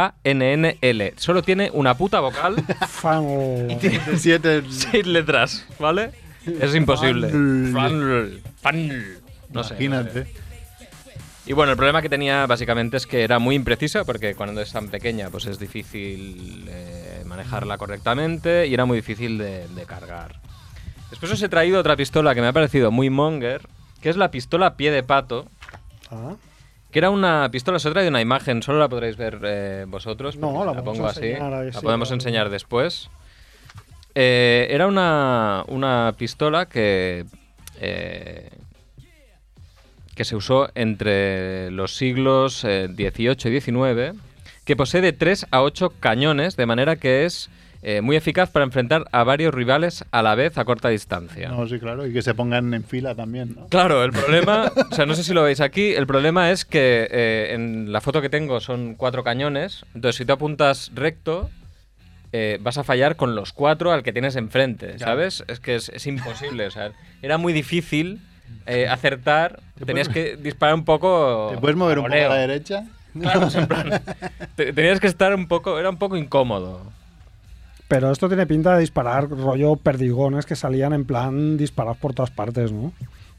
P-F-A-N-N-L. Solo tiene una puta vocal.
Fan o-
De *laughs*
*laughs*
siete-
seis letras, ¿vale? Es imposible.
Fanl.
Fanl. Fanl. No sé.
Imagínate.
Y bueno, el problema que tenía básicamente es que era muy imprecisa, porque cuando es tan pequeña, pues es difícil eh, manejarla correctamente y era muy difícil de, de cargar. Después os he traído otra pistola que me ha parecido muy monger, que es la pistola pie de pato,
Ah,
que era una pistola, os he traído una imagen, solo la podréis ver eh, vosotros.
No,
porque
la
la
podemos
pongo así.
enseñar ahí,
La
sí,
podemos
claro.
enseñar después. Eh, era una, una pistola que, eh, que se usó entre los siglos eh, XVIII y XIX, que posee de 3 a 8 cañones, de manera que es eh, muy eficaz para enfrentar a varios rivales a la vez a corta distancia.
No, sí, claro, y que se pongan en fila también, ¿no?
Claro, el problema, o sea, no sé si lo veis aquí, el problema es que eh, en la foto que tengo son cuatro cañones, entonces si tú apuntas recto, eh, vas a fallar con los cuatro al que tienes enfrente, ¿sabes? Es que es, es imposible, o sea, era muy difícil eh, acertar, tenías que disparar un poco...
¿Te puedes mover
a
un poco a
voleo.
la derecha?
*laughs* Claro, o sea, en plan, te- tenías que estar un poco, era un poco incómodo.
Pero esto tiene pinta de disparar rollo perdigones que salían en plan disparados por todas partes, ¿no?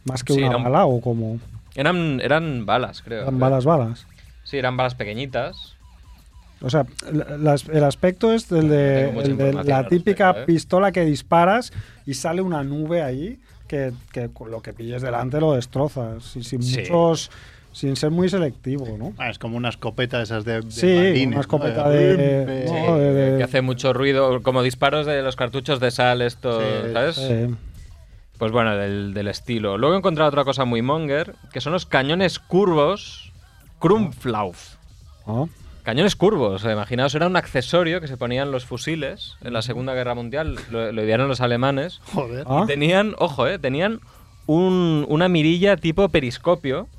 Más que
Sí,
una
era un-
bala o como...
Eran, eran balas, creo.
Eran balas, balas.
Sí, eran balas pequeñitas.
O sea, la- las- el aspecto es el de,
Tengo mucha
el de
información al
la típica
respecto, ¿eh?
pistola que disparas y sale una nube ahí que, que con lo que pilles delante lo destrozas. Y sin
Sí.
muchos... Sin ser muy selectivo, ¿no?
Ah, es como una escopeta de esas de, de
Sí,
balines,
una escopeta
¿no?
de-
Eh,
no,
Sí,
de- de-
que hace mucho ruido, como disparos de los cartuchos de sal, esto,
Sí,
¿sabes?
Eh,
Pues bueno, del, del estilo. Luego he encontrado otra cosa muy monger, que son los cañones curvos Krumpflauf.
¿no?
Cañones curvos, eh, imaginaos, era un accesorio que se ponían los fusiles en la Segunda Guerra Mundial, lo, lo idearon los alemanes.
Joder.
Ah.
Tenían, ojo, eh, tenían un- una mirilla tipo periscopio.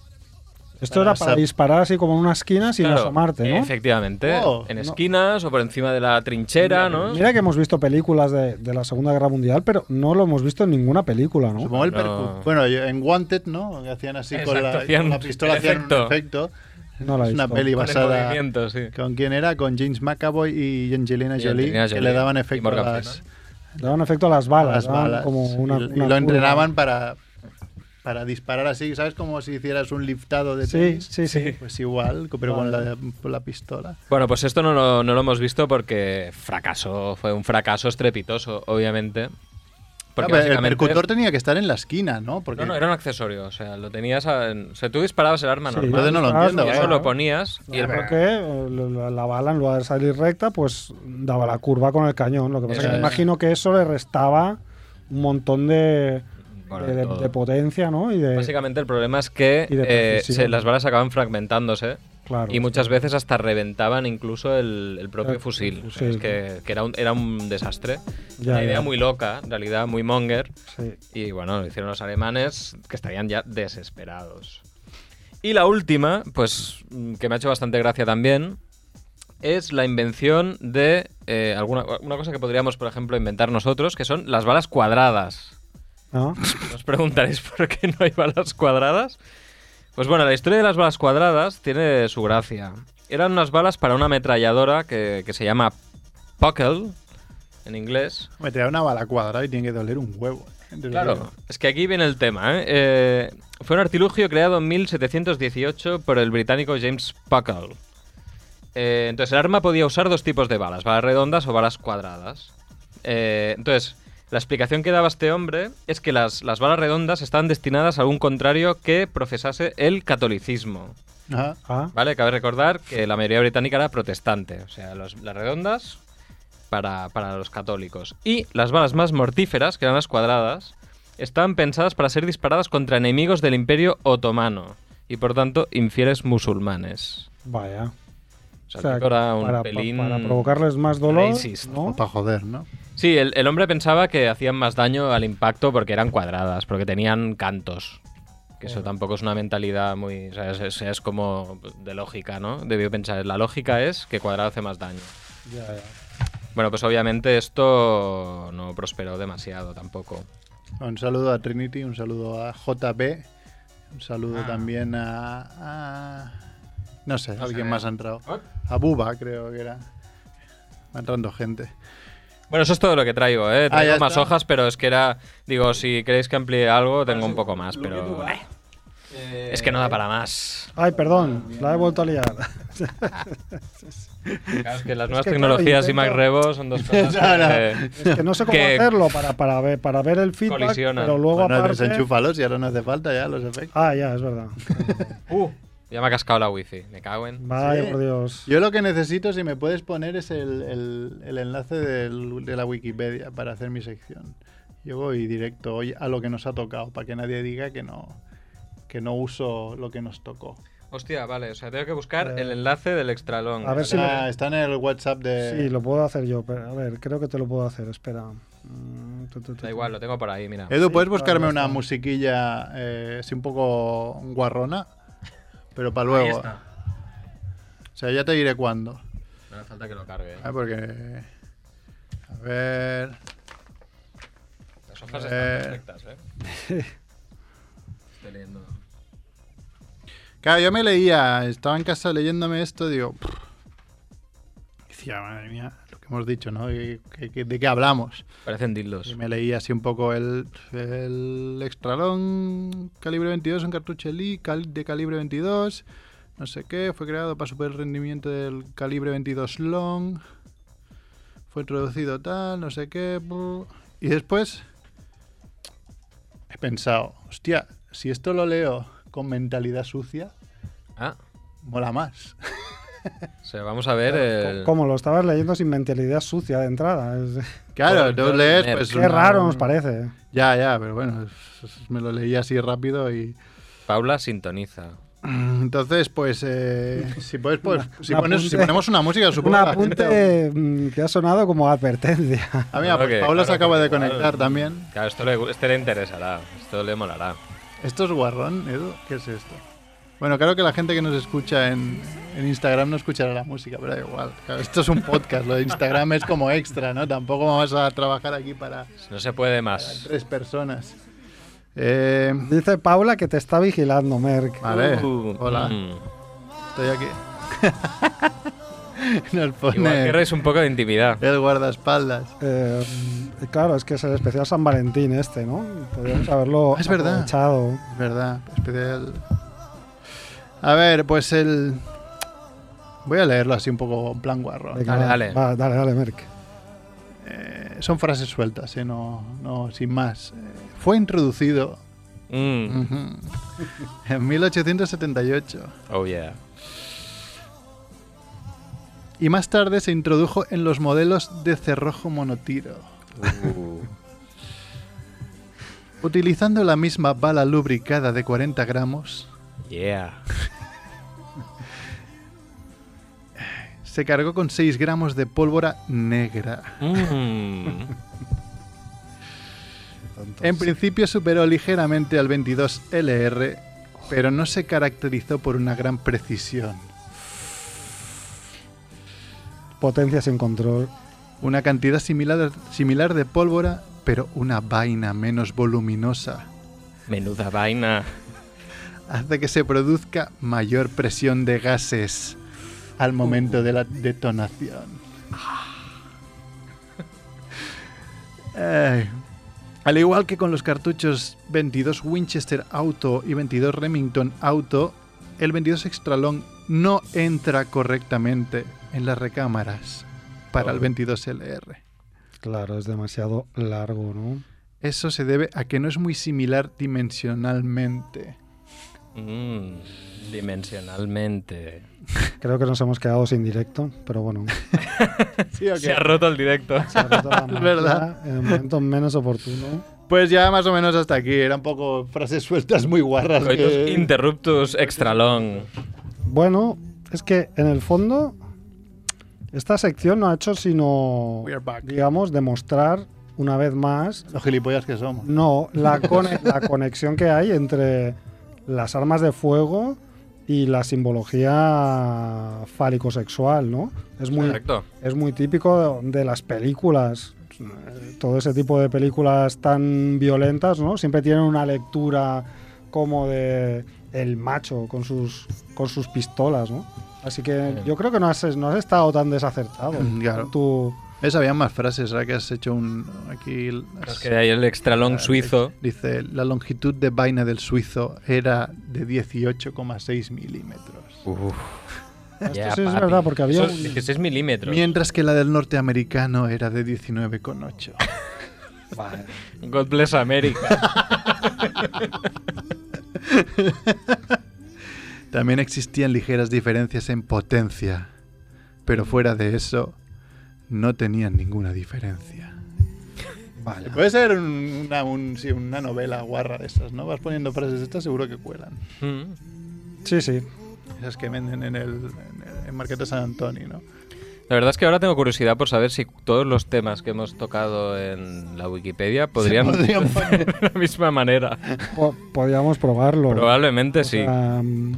Esto
Para
era para
sab-
disparar así como en una esquina sin
Claro,
asomarte, ¿no?
Efectivamente,
Oh,
en
no.
esquinas o por encima de la trinchera, ¿no?
Mira que hemos visto películas de, de la Segunda Guerra Mundial, pero no lo hemos visto en ninguna película, ¿no?
Supongo el
No.
percu- Bueno, yo- en Wanted, ¿no? Que hacían así con
Exacto,
la,
hacían
con la pistola,
el
hacían
efecto.
un efecto.
No la he
es una
visto.
peli
Con el
basada.
movimiento, sí.
¿Con quién era? Con James McAvoy y Angelina
Y
Jolie,
Angelina
que
Jolie
le daban
y
efecto
Morgan
a las,
Le daban efecto a las
a
balas,
las
daban
balas.
como una-
y, y
una
lo
curva.
entrenaban para, para disparar así, ¿sabes? Como si hicieras un liftado de
Sí,
tenis.
sí, sí.
Pues igual, pero con
Vale.
la, con la pistola.
Bueno, pues esto no lo, no lo hemos visto porque fracasó, fue un fracaso estrepitoso, obviamente. Porque
Ah, pero el
básicamente-
percutor tenía que estar en la esquina, ¿no? Porque
No, no, era un accesorio, o sea, lo tenías... a- en- o sea, tú disparabas el arma
Sí,
normal.
Entonces no lo
disparabas
entiendo,
y
la
eso
bala.
lo ponías y el...
Claro, porque eh, la, la bala, en lugar de salir recta, pues daba la curva con el cañón. Lo que pasa es
Eso
que me
es.
imagino que eso le restaba un montón de,
Bueno,
de- de-
todo.
de potencia, ¿no? Y de,
Básicamente el problema es que
Y de
eh,
precisión.
se- las balas acaban fragmentándose
Claro.
y muchas veces hasta reventaban incluso el, el propio
El
fusil. O sea,
fusil.
es que, que era, un, era un desastre.
Ya,
Una idea
ya.
muy loca, en realidad muy monger.
Sí.
Y bueno, lo hicieron los alemanes, que estarían ya desesperados. Y la última, pues mm, que me ha hecho bastante gracia también, es la invención de eh, alguna una cosa que podríamos, por ejemplo, inventar nosotros, que son las balas cuadradas.
¿no?
Os preguntaréis por qué no hay balas cuadradas. Pues bueno, la historia de las balas cuadradas tiene su gracia. Eran unas balas para una ametralladora que, que se llama Puckle, en inglés.
me te da una bala cuadrada y tiene que doler un huevo. ¿eh? Desde
Claro,
luego.
es que aquí viene el tema. ¿eh? Eh, fue un artilugio creado en 1718 por el británico James Puckle. Eh, entonces, el arma podía usar dos tipos de balas, balas redondas o balas cuadradas. Eh, entonces, la explicación que daba este hombre es que las, las balas redondas estaban destinadas a un contrario que profesase el catolicismo.
Ajá.
Ah,
¿Vale? Cabe recordar que la mayoría británica era protestante, o sea, los- las redondas para, para los católicos. Y las balas más mortíferas, que eran las cuadradas, estaban pensadas para ser disparadas contra enemigos del imperio otomano y por tanto infieles musulmanes.
vaya.
O sea,
O sea,
el tipo era un
para,
pelín...
para provocarles más dolor,
racist.
¿no?
Para joder, ¿no?
Sí, el, el hombre pensaba que hacían más daño al impacto porque eran cuadradas, porque tenían cantos. Que eso tampoco es una mentalidad muy. O sea, es, es- es como de lógica, ¿no? Debió pensar. La lógica es que cuadrado hace más daño.
Ya, ya.
Bueno, pues obviamente esto no prosperó demasiado tampoco.
Un saludo a Trinity, un saludo a JP, un saludo
Ah.
también a, a- No sé, alguien más ha entrado. A Buba, creo que era. Va entrando gente.
Bueno, eso es todo lo que traigo, ¿eh? Traigo
Ah, ya
más
está.
hojas, pero es que era. Digo, si queréis que amplíe algo, tengo un poco más, pero. eh, es que no da para más.
Ay, perdón, la he vuelto a
*laughs*
liar.
Claro, es que las nuevas
que, claro,
tecnologías y
intento-
Mac Rebo son *laughs* dos cosas.
No, no.
que-
Es que no sé cómo
Que-
hacerlo para, para, ver, para ver el feedback,
Colisionan.
pero luego
Bueno,
aparte...
desenchúfalos y ahora no hace falta ya los efectos.
Ah, ya, es verdad.
Uh, Ya me ha cascado la wifi. Me cago en.
Vaya
Sí.
por Dios.
Yo lo que necesito, si me puedes poner, es el, el- el enlace del- de la Wikipedia para hacer mi sección. Yo voy directo hoy a lo que nos ha tocado, para que nadie diga que no, que no uso lo que nos tocó.
Hostia, vale. O sea, tengo que buscar
Eh,
el enlace del extra long.
a ver si
Está,
lo-
está en el WhatsApp de...
Sí, lo puedo hacer yo, pero a ver, creo que te lo puedo hacer, espera. Mm, tu, tu, tu,
Da
tu.
igual, lo tengo por ahí, mira.
Edu, ¿puedes
Sí,
buscarme
claro,
una
está.
musiquilla eh, así un poco guarrona? Pero para luego.
Ahí está.
O sea, ya te diré cuándo.
No hace falta que lo cargue. ¿eh?
Ah, porque... A ver...
Las hojas
Eh.
están perfectas, ¿eh?
*laughs*
Estoy leyendo.
Claro, yo me leía, estaba en casa leyéndome esto, digo... "Pff". Decía, madre mía, lo que hemos dicho, ¿no? ¿De qué- qué- de qué hablamos?
Parecen dildos.
Y me leía así un poco el, el Extralón calibre 22, un cartucho Lee cal- de calibre 22, no sé qué, fue creado para superar el rendimiento del calibre 22 Long, fue introducido tal, no sé qué, bu- y después he pensado, hostia, si esto lo leo con mentalidad sucia,
Ah,
mola más.
o sea, vamos a ver el.
Como lo estabas leyendo sin mentalidad sucia de entrada. es-
Claro,
Por
tú
John
lees,
Merck.
pues...
qué
una-
raro nos parece.
Ya, ya, pero bueno, es- es- me lo leía así rápido y...
Paula sintoniza.
Entonces, pues, *laughs* eh, si, puedes, pues si,
un
pones- si
apunte.
ponemos una música,
Un
supongo que la gente-
apunte mm, que ha sonado como advertencia. *laughs*
Ah, mira,
Claro
pues
que-
Paula se
claro,
acaba
porque
de
igual-
conectar también.
Claro, esto le, este le interesará. Esto le molará.
¿Esto es guarrón, Edu? ¿Qué es esto? Bueno, claro que la gente que nos escucha en, en Instagram no escuchará la música, pero da igual. Claro, esto es un podcast, lo de Instagram es como extra, ¿no? Tampoco vamos a trabajar aquí para
No se puede más.
tres personas. Eh,
Dice Paula que te está vigilando, Merck.
vale,
Uh,
hola,
mm.
estoy aquí. *laughs* Nos
Igual
pone Eh.
querréis un poco de intimidad.
el guardaespaldas.
Eh, claro, es que es el especial San Valentín este, ¿no? Podríamos haberlo
Ah, es verdad.
aprovechado.
Es verdad, especial. A ver, pues el. Voy a leerlo así un poco en plan guarro.
Venga,
Dale,
va,
dale.
va, dale, dale, Merck.
Eh, son frases sueltas, ¿eh? no, no, sin más. Eh, fue introducido
Mm.
ujú, *laughs* en 1878
Oh,
*laughs*
yeah.
y más tarde se introdujo en los modelos de cerrojo monotiro,
Uh.
utilizando la misma bala lubricada de 40 gramos
Yeah.
se cargó con 6 gramos de pólvora negra.
Mm.
En principio superó ligeramente al 22LR, pero no se caracterizó por una gran precisión,
Potencia sin control.
una cantidad similar, similar de pólvora, pero una vaina menos voluminosa.
Menuda vaina.
Hace que se produzca mayor presión de gases al momento de la detonación. Ay. Al igual que con los cartuchos 22 Winchester Auto y 22 Remington Auto, el 22 Extra Long no entra correctamente en las recámaras para el 22LR.
Claro, es demasiado largo, ¿no?
Eso se debe a que no es muy similar dimensionalmente.
Mm. Dimensionalmente.
Creo que nos hemos quedado sin directo, pero
*laughs*
bueno.
Se ha roto el directo.
Se ha roto la magia
verdad.
En el momento menos oportuno.
Pues ya más o menos hasta aquí. Eran poco frases sueltas muy guarras.
Coitus
que-
interruptus extra long.
Bueno, es que en el fondo esta sección no ha hecho sino,
*laughs* We are back.
digamos, demostrar una vez más,
Los gilipollas que somos.
no, la, cone- la conexión que hay entre las armas de fuego y la simbología fálico-sexual, ¿no? Es muy,
Correcto.
es muy típico de, de las películas. eh, Todo ese tipo de películas tan violentas, ¿no? Siempre tienen una lectura como de el macho con sus con sus pistolas, ¿no? Así que yo creo que no has, no has estado tan desacertado.
Mm, claro.
con tu-
¿Ves? Había más frases, ahora que has hecho un... Aquí...
Es que hay el extra
Ah,
long suizo.
Dice, la longitud de vaina del suizo era de 18,6 milímetros.
Uf.
Esto
Yeah,
sí es
papi.
verdad, porque había
Eso es
un-
16 milímetros.
Mientras que la del norteamericano era de 19,8.
God bless America.
También existían ligeras diferencias en potencia, pero fuera de eso, no tenían ninguna diferencia.
Vale.
Puede ser un- una, un- sí, una novela guarra de esas, ¿no? Vas poniendo frases de estas, seguro que cuelan.
*laughs* Mm.
Sí, sí.
Esas que venden en el, en el- en Marqueta San Antonio, ¿no?
La verdad es que ahora tengo curiosidad por saber si todos los temas que hemos tocado en la Wikipedia podrían
*laughs* podrían poner.
*laughs* de la misma manera.
Po- podríamos probarlo.
Probablemente sí.
sea, mm,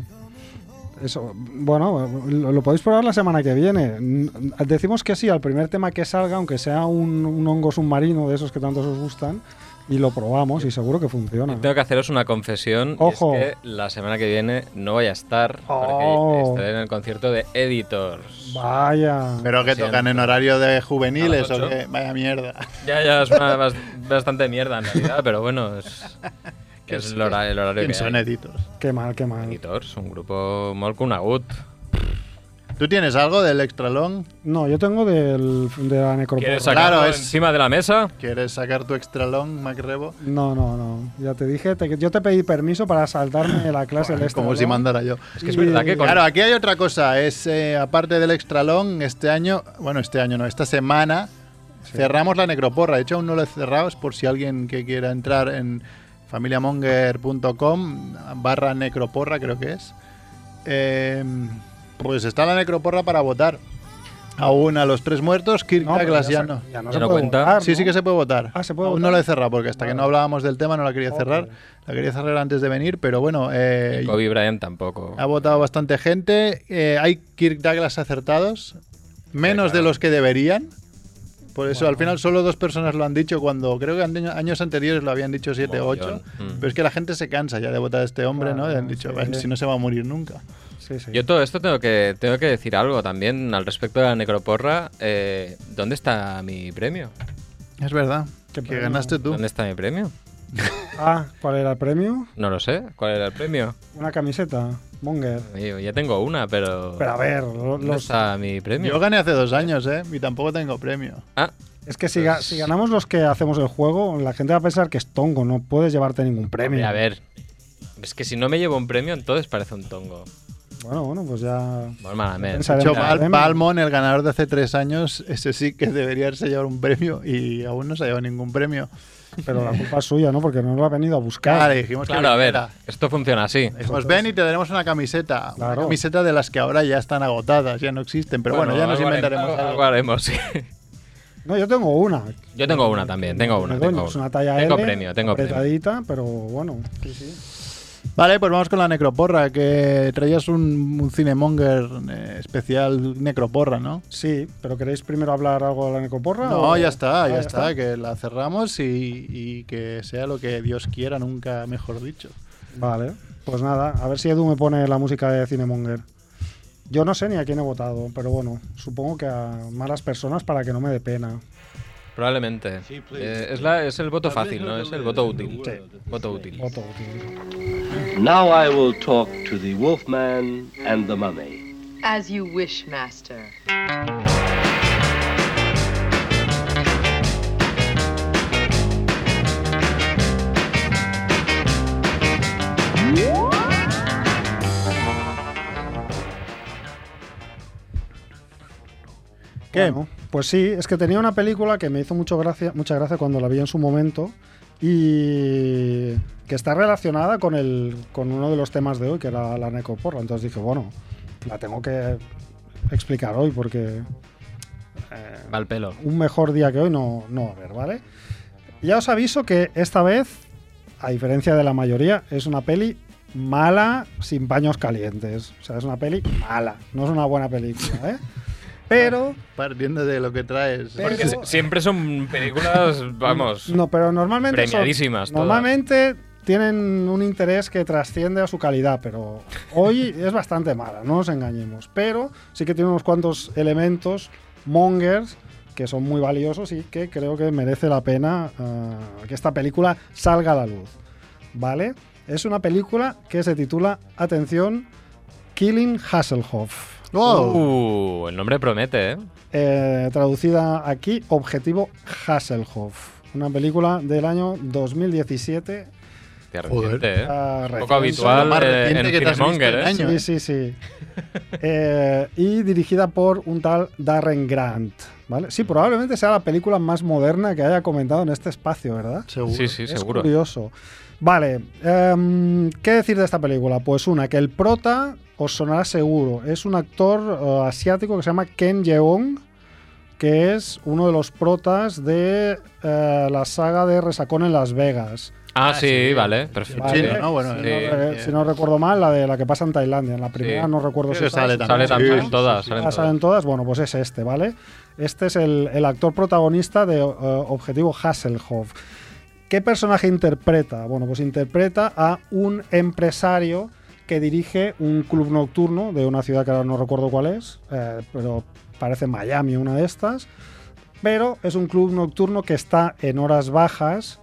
eso, bueno, lo, lo podéis probar la semana que viene. N- Decimos que sí al primer tema que salga, aunque sea un, un hongo submarino de esos que tantos os gustan, y lo probamos y seguro que funciona.
Tengo que haceros una confesión. y
Ojo.
Es que la semana que viene no voy a estar
Oh.
porque estaré en el concierto de Editors.
Vaya.
Pero que
Siento.
tocan en horario de
A
juveniles
las
o
ocho.
qué. Vaya mierda.
Ya, ya, es una bas- bastante mierda en realidad, pero bueno,
*laughs*
es, es el hora- el horario
¿Quién
que
son
hay.
editos?
Qué mal, qué mal.
Editors, un grupo molt conegut.
¿Tú tienes algo del Extra Long?
No, yo tengo del, de la necroporra.
¿Quieres sacarlo
Claro, es-
encima de la mesa?
¿Quieres sacar tu Extra Long, Macrebo?
No, no, no. Ya te dije, te- yo te pedí permiso para saltarme la clase del extra,
Como si
¿no?
mandara yo.
Es que es verdad que con...
Claro, aquí hay otra cosa. Es eh, aparte del extra long, este año, bueno, este año no, esta semana cerramos la necroporra. De hecho, aún no lo he cerrado. Es por si alguien que quiera entrar en familiamonger.com barra necroporra, creo que es. Eh, pues está la necroporra para votar. Aún a los tres muertos, Kirk
No, pero
Douglas
ya
ya
se-
no.
Ya no
Ya
se
no
puede
cuenta.
votar,
Sí, sí
¿no?
que se puede votar.
Ah, se puede
Aún
votar.
no lo he cerrado porque hasta que
Vale.
no hablábamos del tema no la quería
Ok.
cerrar. La quería cerrar antes de venir, pero bueno. Eh,
Kobe Bryant tampoco.
ha votado bastante gente. Eh, hay Kirk Douglas acertados, menos
Sí, claro.
de los que deberían. Por eso, al final, solo dos personas lo han dicho cuando creo que ande- años anteriores lo habían dicho 7 o 8.
Mogollón. Mm.
Pero es que la gente se cansa ya de votar a este hombre, ¿no?
Claro,
Y han dicho,
sí.
"Bueno, si no se va a morir nunca.
Sí, sí.
Yo todo esto tengo que, tengo que decir algo también al respecto de la necroporra. Eh, ¿Dónde está mi premio?
Es verdad,
Qué
que
pena.
ganaste tú.
¿Dónde está mi premio?
Ah, ¿cuál era el premio?
No lo sé. ¿Cuál era el premio?
Una camiseta, Monger.
Yo ya tengo una, pero...
Pero a ver, lo-
¿Dónde
los,
está mi premio?
Yo gané hace dos años, ¿eh? Y tampoco tengo premio.
Ah,
es que si, ga- si ganamos los que hacemos el juego, la gente va a pensar que es tongo, no puedes llevarte ningún
hombre,
premio.
a ver. Es que si no me llevo un premio, entonces parece un tongo.
Bueno, bueno, pues ya.
Molt malament.
Pensa-
De hecho,
Venga,
Pal-
premio.
Palmon, el ganador de hace tres años, ese sí que debería haberse llevado un premio y aún no se ha llevado ningún premio.
Pero la culpa es suya, ¿no? Porque no lo ha venido a buscar.
Claro, dijimos que
Claro, a ver,
viniera.
esto funciona así.
Dijimos, Pues ven y te daremos una camiseta.
Claro.
Una camiseta de las que ahora ya están agotadas, ya no existen. Pero bueno, ya nos
algo haremos,
inventaremos
algo-
algo.
algo haremos, *laughs* sí.
No, yo tengo una.
Yo tengo una también, tengo una.
Pues Coño,
Tengo,
es
una.
una talla
Tengo
L,
premio, tengo premio.
apretadita, pero bueno. Sí, sí.
Vale, pues vamos con la necroporra, que traías un, un cinemonger eh, especial necroporra, ¿no?
Sí, pero ¿queréis primero hablar algo de la necoporra?
No,
o-
ya está,
Ah,
ya, está, que la cerramos y, y que sea lo que Dios quiera, nunca mejor dicho.
Vale, pues nada, a ver si Edu me pone la música de Cinemonger. Yo no sé ni a quién he votado, pero bueno, supongo que a malas personas para que no me dé pena.
Probablemente. Eh, es, la- es el voto fácil, ¿no? Es el voto útil. Voto útil.
Voto útil.
Now I will talk to the Wolfman and the Mummy.
As you wish, Master.
¿Qué? pues sí, es que tenía una película que me hizo mucho gracia, mucha gracia cuando la vi en su momento y que está relacionada con, el, con uno de los temas de hoy, que era la necoporra. Entonces dije, bueno, la tengo que explicar hoy porque
Va al pelo.
un mejor día que hoy no, no va a haber, ¿vale? Ya os aviso que esta vez, a diferencia de la mayoría, es una peli mala sin paños calientes. O sea, es una peli mala, no es una buena película, ¿eh? Pero,
Partiendo de lo que traes. ¿eh?
Pero-
Porque si- siempre son películas, vamos.
no, pero normalmente. son-
Premiadísimas todas.
normalmente tienen un interés que trasciende a su calidad, pero
*laughs*
hoy es bastante mala, no nos engañemos. Pero sí que tiene unos cuantos elementos mongers que son muy valiosos y que creo que merece la pena ah, que esta película salga a la luz. ¿Vale? Es una película que se titula, atención, Killing Hasselhoff.
¡Wow!
Uh, el nombre promete, ¿eh?
Eh, traducida aquí, Objetivo Hasselhoff. Una película del año 2017
Hostia,
Joder.
reciente, ¿eh?
Ah,
Un
reciente.
poco habitual
Lo más
eh, en
reciente que te has visto
Cinemonger,
en
¿eh?
años.
Sí, sí,
*laughs*
sí. Eh, y dirigida por un tal Darren Grant. ¿vale? Sí, probablemente sea la película más moderna que haya comentado en este espacio, ¿verdad?
Seguro.
Sí, sí,
es
seguro.
curioso. Vale, em, ¿qué decir de esta película? Pues una, que el prota os sonará seguro. Es un actor eh, asiático que se llama Ken Jeong, que es uno de los protas de eh, la saga de Resacón en Las Vegas.
Ah,
Ah,
sí,
sí.
vale, perfecto.
Vale.
Chino, ¿no? Bueno,
si,
sí.
no, re- si no recuerdo mal, la de la que pasa en Tailandia. En la primera no recuerdo
Creo que
estaba-
sale
Sale
también.
también,
Sí,
salen
sí,
todas.
sí.
salen
Ah, salen todas. Bueno, pues es este, ¿vale? Este es el, el actor protagonista de eh, Objetivo Hasselhoff. ¿Qué personaje interpreta? Bueno, pues interpreta a un empresario que dirige un club nocturno de una ciudad que ahora no recuerdo cuál es, eh, pero parece Miami, una de estas. Pero es un club nocturno que está en horas bajas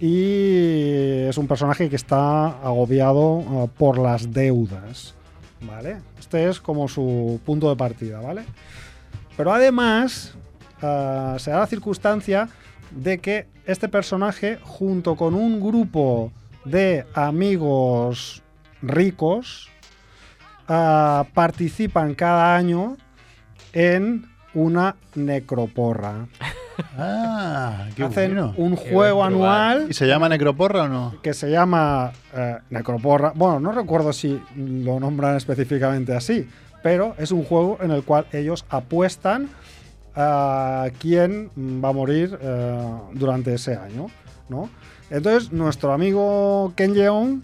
y es un personaje que está agobiado eh, por las deudas. ¿Vale? Este es como su punto de partida, ¿vale? Pero además, ah, se da la circunstancia de que este personaje, junto con un grupo de amigos ricos, ah, participan cada año en una necroporra.
Ah, qué
Hacen
bueno.
un
Qué
juego
buen lugar.
anual
¿Y se llama Necroporra o no?
que se llama eh, Necroporra. Bueno, no recuerdo si lo nombran específicamente así, pero es un juego en el cual ellos apuestan a quién va a morir eh, durante ese año, ¿no? Entonces, nuestro amigo Ken Jeong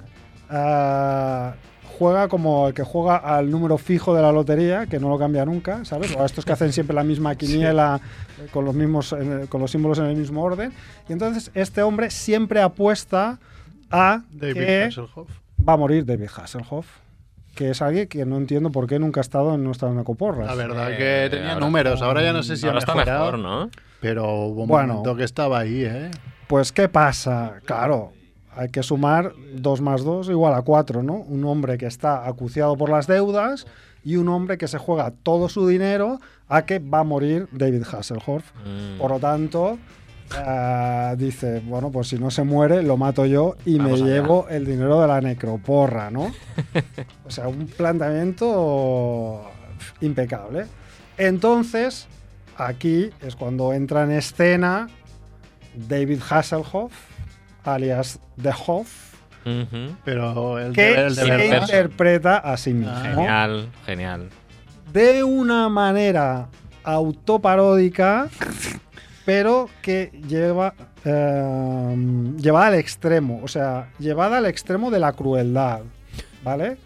eh, juega como el que juega al número fijo de la lotería, que no lo cambia nunca, ¿sabes? O a estos que hacen siempre la misma quiniela eh, con, los mismos, en el- con los símbolos en el mismo orden. Y entonces, este hombre siempre apuesta a
David
que
Hasselhoff.
va a morir David Hasselhoff, que es alguien que no entiendo por qué nunca ha estado en nuestras necoporras.
La verdad
Eh,
que tenía
ahora-
números, ahora ya no sé si
Ahora
ha
está
mejorado,
mejor, ¿no?
pero hubo un
Bueno.
momento que estaba ahí, ¿eh?
Pues, ¿qué pasa? Claro, hay que sumar 2 más 2 igual a 4, ¿no? Un hombre que está acuciado por las deudas y un hombre que se juega todo su dinero a que va a morir David Hasselhoff.
Mm.
Por lo tanto, ah, dice, bueno, pues si no se muere, lo mato yo y
Vamos
me
allá.
llevo el dinero de la necroporra,
*laughs*
¿no? o sea, un planteamiento impecable. Entonces, aquí es cuando entra en escena David Hasselhoff, alias The Hoff,
Ujú.
Pero el
que
de, el de
se
verdad.
inter-
interpreta a sí mismo.
Ah.
Genial, genial.
de una manera autoparódica, pero que lleva eh, llevada al extremo, o sea, llevada al extremo de la crueldad, ¿vale?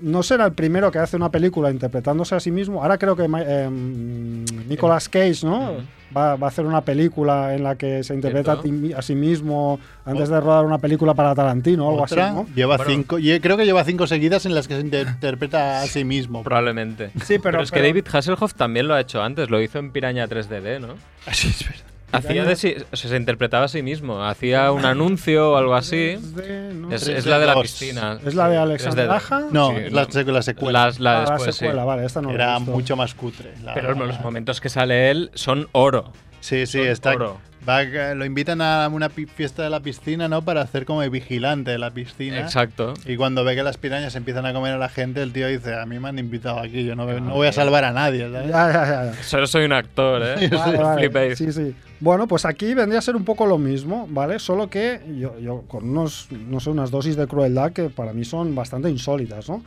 No será el primero que hace una película interpretándose a sí mismo. Ahora creo que Ma- eh, Nicolas Cage, ¿no? Va, va a hacer una película en la que se interpreta a,
Cierto.
ti- a sí mismo antes de rodar una película para Tarantino o algo
Otra,
así, ¿no?
lleva
Bueno.
cinco, y creo que lleva cinco seguidas en las que se inter- interpreta a sí mismo.
*laughs* Probablemente.
Sí, pero-
es que
pero-
David Hasselhoff también lo ha hecho antes, lo hizo en Piraña 3DD, ¿no?
Así es verdad.
Hacía de sí- o sea, se interpretaba a sí mismo, hacía un anuncio o algo así.
Desde, ¿no?
Es,
Tres
es
de
la de la
dos.
piscina.
¿Es la de
Sí,
Alexander
3DD.
Aja?
No,
Sí,
la, sec- la secuela
Las- la
Ah, la
después, sí.
secuela, vale, esta no la he
era
visto.
mucho más cutre. la-
Pero los momentos que sale él son oro.
Sí, sí,
Son
está.
oro.
va- eh, lo invitan a una pi- fiesta de la piscina, ¿no? Para hacer como el vigilante de la piscina.
Exacto.
Y cuando ve que las pirañas empiezan a comer a la gente, el tío dice, a mí me han invitado aquí, yo no,
Ah,
ve- no voy a salvar a nadie, ¿sabes?
Ya, ya, ya,
*laughs*
ya.
Solo soy un actor, ¿eh?
Vale, vale.
Flipéis.
Sí, sí. Bueno, pues aquí vendría a ser un poco lo mismo, ¿vale? Solo que yo, yo con unos, no sé, unas dosis de crueldad que para mí son bastante insólitas, ¿no?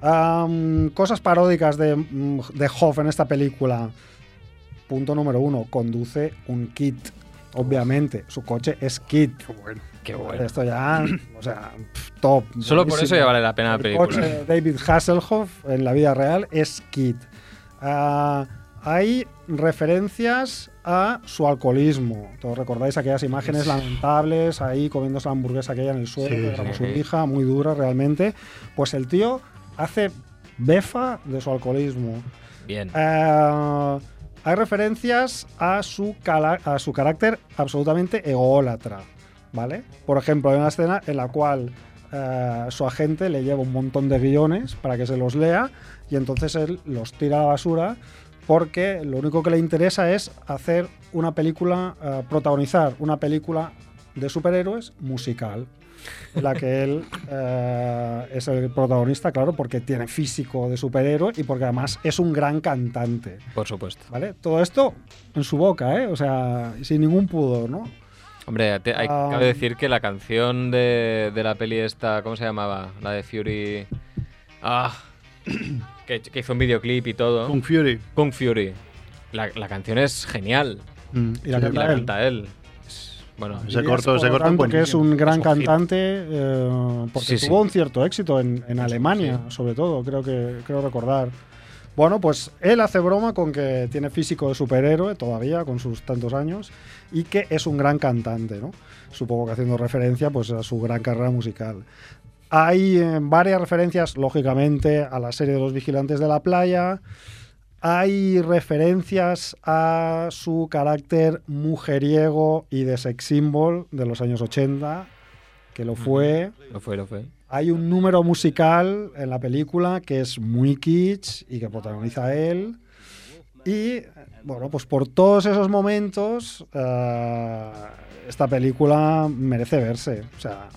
Am, cosas paródicas de, mm, de Hoff en esta película. Punto número uno, conduce un kit. Obviamente, su coche es kit.
Qué bueno.
Esto ya, o sea, pff, top.
Solo por eso ya
buenísimo.
vale la pena la
El
película.
coche de David Hasselhoff en la vida real es Kid. Ah, hay referencias a su alcoholismo. Todos recordáis aquellas imágenes lamentables ahí comiéndose la hamburguesa aquella en el suelo,
Sí,
que
sí,
grabó su
sí.
hija, muy dura realmente. Pues el tío hace befa de su alcoholismo.
Bien.
Ah, hay referencias a su, cala- a su carácter absolutamente ególatra, ¿vale? Por ejemplo, hay una escena en la cual ah, su agente le lleva un montón de guiones para que se los lea y entonces él los tira a la basura porque lo único que le interesa es eh, hacer una película, ah, protagonizar una película de superhéroes musical. en la que él eh, es el protagonista, claro, porque tiene físico de superhéroe y porque además es un gran cantante.
Por supuesto.
¿Vale? Todo esto en su boca, ¿eh? O sea, sin ningún pudor, ¿no?
Hombre, te- hay,
Ah.
cabe decir que la canción de, de la peli esta, ¿cómo se llamaba? La de Fury.
*coughs*
Ah, que, que hizo un videoclip y todo.
Kung Fury.
Kung Fury. La, la canción es genial.
Mm.
Y la
Y
Sí,
canta
la
él.
canta él. Es- Bueno,
Se
Y
cortó-
es,
se
por lo
cortó
tanto, que es
buenísimo.
un gran
Es un hit.
cantante eh, porque
Sí, sí.
tuvo un cierto éxito en, en Alemania, sobre todo, creo que creo recordar. Bueno, pues él hace broma con que tiene físico de superhéroe todavía, con sus tantos años, y que es un gran cantante, ¿no? Supongo que haciendo referencia pues, a su gran carrera musical. Hay eh, varias referencias, lógicamente, a la serie de los vigilantes de la playa. Hay referencias a su carácter mujeriego y de sex symbol de los años 80, que lo fue.
lo fue, lo fue.
Hay un número musical en la película que es muy kitsch y que protagoniza él. Y bueno, pues por todos esos momentos, eh, esta película merece verse. O sea,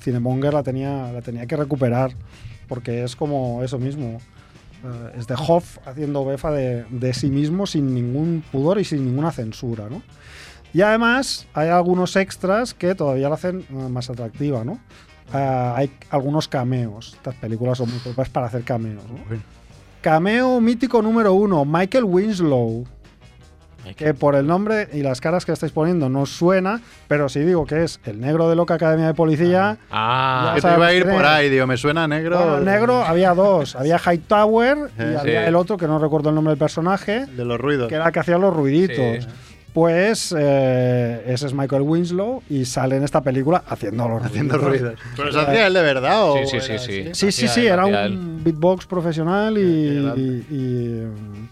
Cinemonger la tenía, la tenía que recuperar porque es como eso mismo. Eh, es de Hoff haciendo befa de, de sí mismo sin ningún pudor y sin ninguna censura, ¿no? Y además hay algunos extras que todavía la hacen eh, más atractiva, ¿no? Ah, hay algunos cameos. Estas películas son muy propias para hacer cameos, ¿no?
Bueno.
Cameo mítico número uno, Michael Winslow. Que por el nombre y las caras que estáis poniendo no os suena, pero si digo que es el negro de Loca Academia de Policía,
Ah,
Que
Ya
te iba a
sabes
ir
quién
por
es.
ahí, digo, me suena a negro.
Bueno, negro había
*laughs*
dos. Había Hightower y
Eh,
había
sí.
el otro, que no recuerdo el nombre del personaje,
De los ruidos.
que era el que hacía los ruiditos.
Sí.
Pues eh, ese es Michael Winslow y sale en esta película haciendo los
Haciendo
ruiditos.
ruidos. Pero se hacía él de verdad, o.
Sí, sí, sí,
era
sí.
así?
Sí, sí,
Hacía
sí,
él,
era
hacía él.
un beatbox profesional
Qué
y,
grande.
y-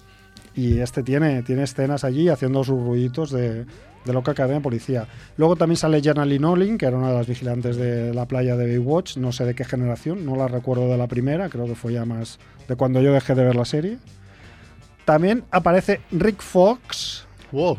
y este tiene, tiene escenas allí haciendo sus ruiditos de, de loca cadena policía. Luego también sale Jana Linolin, que era una de las vigilantes de la playa de Baywatch, no sé de qué generación, no la recuerdo de la primera, creo que fue ya más de cuando yo dejé de ver la serie. También aparece Rick Fox,
Wow.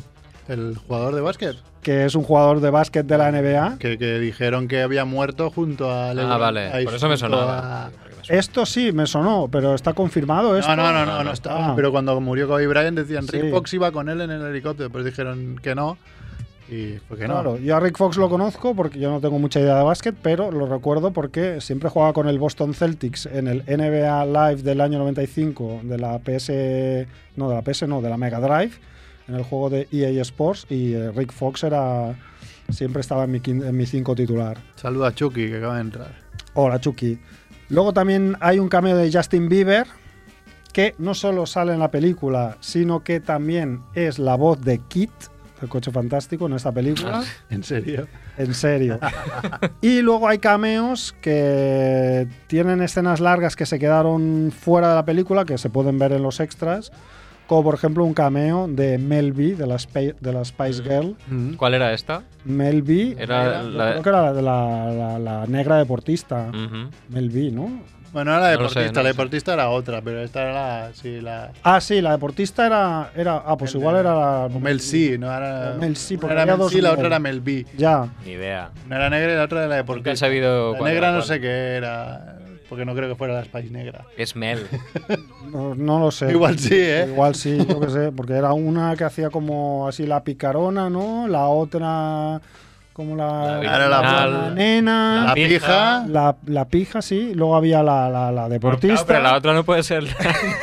El jugador de básquet.
que es un jugador de básquet de la NBA.
Que, que dijeron que había muerto junto a.
ah
LeBron
vale.
James,
Por eso me
junto
sonaba.
a-
Sí, porque me suena.
Esto sí me sonó, pero está confirmado esto.
No, no, no, no, no estaba.
Ah.
Pero cuando murió Kobe Bryant decían,
Sí.
Rick Fox iba con él en el helicóptero, pero dijeron que no. Y fue que no.
Claro, yo a Rick Fox lo conozco porque yo no tengo mucha idea de básquet, pero lo recuerdo porque siempre jugaba con el Boston Celtics en el NBA Live del año 95 de la PS, no, de la PS no, de la Mega Drive, en el juego de EA Sports y eh, Rick Fox era siempre estaba en mi quin- en mi cinco titular.
Saluda a Chucky, que acaba de entrar. *laughs*
Hola, Chucky. Luego también hay un cameo de Justin Bieber, que no solo sale en la película, sino que también es la voz de Kit, el coche fantástico, en esta película.
¿En serio?
En serio. y luego hay cameos que tienen escenas largas que se quedaron fuera de la película, que se pueden ver en los extras, como por ejemplo un cameo de Mel B, de la, Spa- de la Spice
Mm.
Girl.
¿Cuál era esta?
Mel B,
Era
yo
la-
creo que era la, la- la- la negra deportista.
Ujú.
Mm.
Mel B, ¿no?
Bueno, era la
No lo sé,
deportista,
no lo
la
sé.
deportista era otra, pero esta era la. Sí, la.
Ah, sí, la deportista era... era ah, pues
El
igual
de-
era la...
o Mel C, no era.
O Mel C,
una
porque
era
había
Mel
dos
C, la otra
Mel.
era Mel B.
Ya.
Ni idea.
Una era negra y la otra era la
Nunca he
deportista.
sabido
La
cuál
negra
era
no
cuál.
sé qué era, porque no creo que fuera la Spice Negra.
Es *laughs* Mel.
No, no lo sé.
Igual sí, ¿eh?
Igual sí, yo qué sé, porque era una que hacía como así la picarona, ¿no? La otra como la,
La
Era la-
la nena,
La
la,
La pija.
pija.
la pija, sí. Luego había la, la, la deportista.
Claro, pero la otra no puede
*laughs*
ser la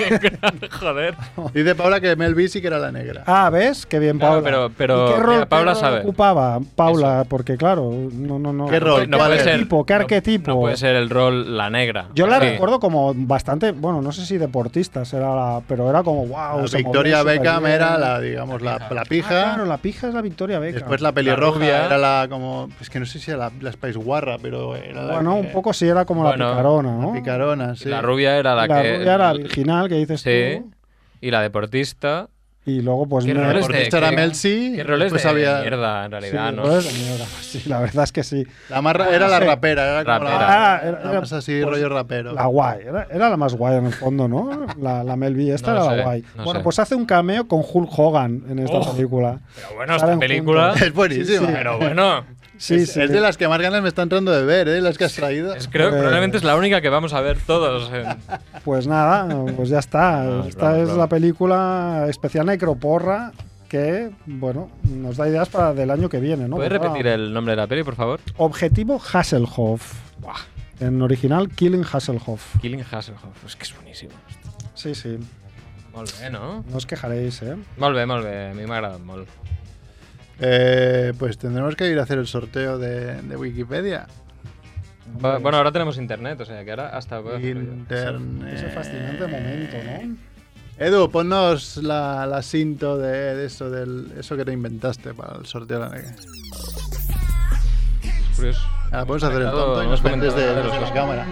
negra, joder.
Dice Paula que Mel B sí que era la negra.
Ah, ¿ves? Qué bien,
Claro,
Paula.
pero- pero,
¿Y qué rol,
mira, Paula
qué rol
sabe.
ocupaba Paula? Porque claro, no, no, no.
¿Qué rol?
No
¿Cuál
puede
es?
ser.
arquetipo? ¿Qué
no-
arquetipo?
No, puede ser el rol la negra.
Yo la
Sí.
recuerdo como bastante, bueno, no sé si deportista, será la, pero era como wow.
La
se
Victoria
movía
Beckham
superbién.
era la, digamos, la, la
Ah,
pija.
claro, la pija es la Victoria Beckham.
Después la pelirroja
rubia.
era la como. Es que no sé si era la, la Spice Guarra, pero era la.
Bueno,
que-
un poco sí era como
Bueno,
la picarona, ¿no?
La picarona, sí.
La rubia era la,
La,
que.
rubia era original que dices
Sí.
tú.
Y la deportista.
Y luego, pues.
¿Qué
no-
roles
Sí,
de-
deportista era
qué-
Mel C,
Qué roles
después
de
había-
mierda, en realidad, ¿no?
roles pues, de mierda. *laughs* Sí, la verdad es que sí.
La más ra- era la
Ah, Sí.
rapera, era como
Rapera.
la.
Ah, era-
la
era-
más así,
pues,
rollo rapero.
La guay. Era, era la más guay en el fondo, ¿no? La, la Mel B, esta
No
era
lo
la
sé,
guay.
no
bueno,
sé.
pues hace un cameo con Hulk Hogan en esta
Oh.
película.
Pero bueno,
Salen
esta película.
juntos.
*laughs* Es buenísima.
Sí, sí.
Pero bueno.
Sí,
es,
sí.
es de las que más ganas me está entrando de ver, ¿eh? Las que has traído.
Es- creo que
Eh.
probablemente es la única que vamos a ver todos. en-
Pues nada, pues ya está.
*laughs* No, es
Esta
broma, es
es
broma.
la película especial Necroporra que, bueno, nos da ideas para del año que viene, ¿no? Pues
¿Puedes
Porque
repetir
ahora-
el nombre de la peli, por favor?
Objetivo Hasselhoff. En original, Killing Hasselhoff.
Killing Hasselhoff. Es que es buenísimo.
Sí, sí.
Molt bé, no?
No os quejaréis, ¿eh?
Molt bé, molt bé. A mi m'ha agradat molt.
Eh, pues tendremos que ir a hacer el sorteo de, de Wikipedia.
Va- bueno, ahora tenemos internet, o sea que ahora hasta...
Internet.
Ese fascinante momento, ¿no?
Edu, ponnos la, la cinto de, de eso, del, eso que te inventaste para el sorteo. de la- E
Curioso.
Ahora Ah, podemos hacer el
comentado-
tonto y
hemos
nos ven desde,
comentado
desde
los
la
dos.
cámara.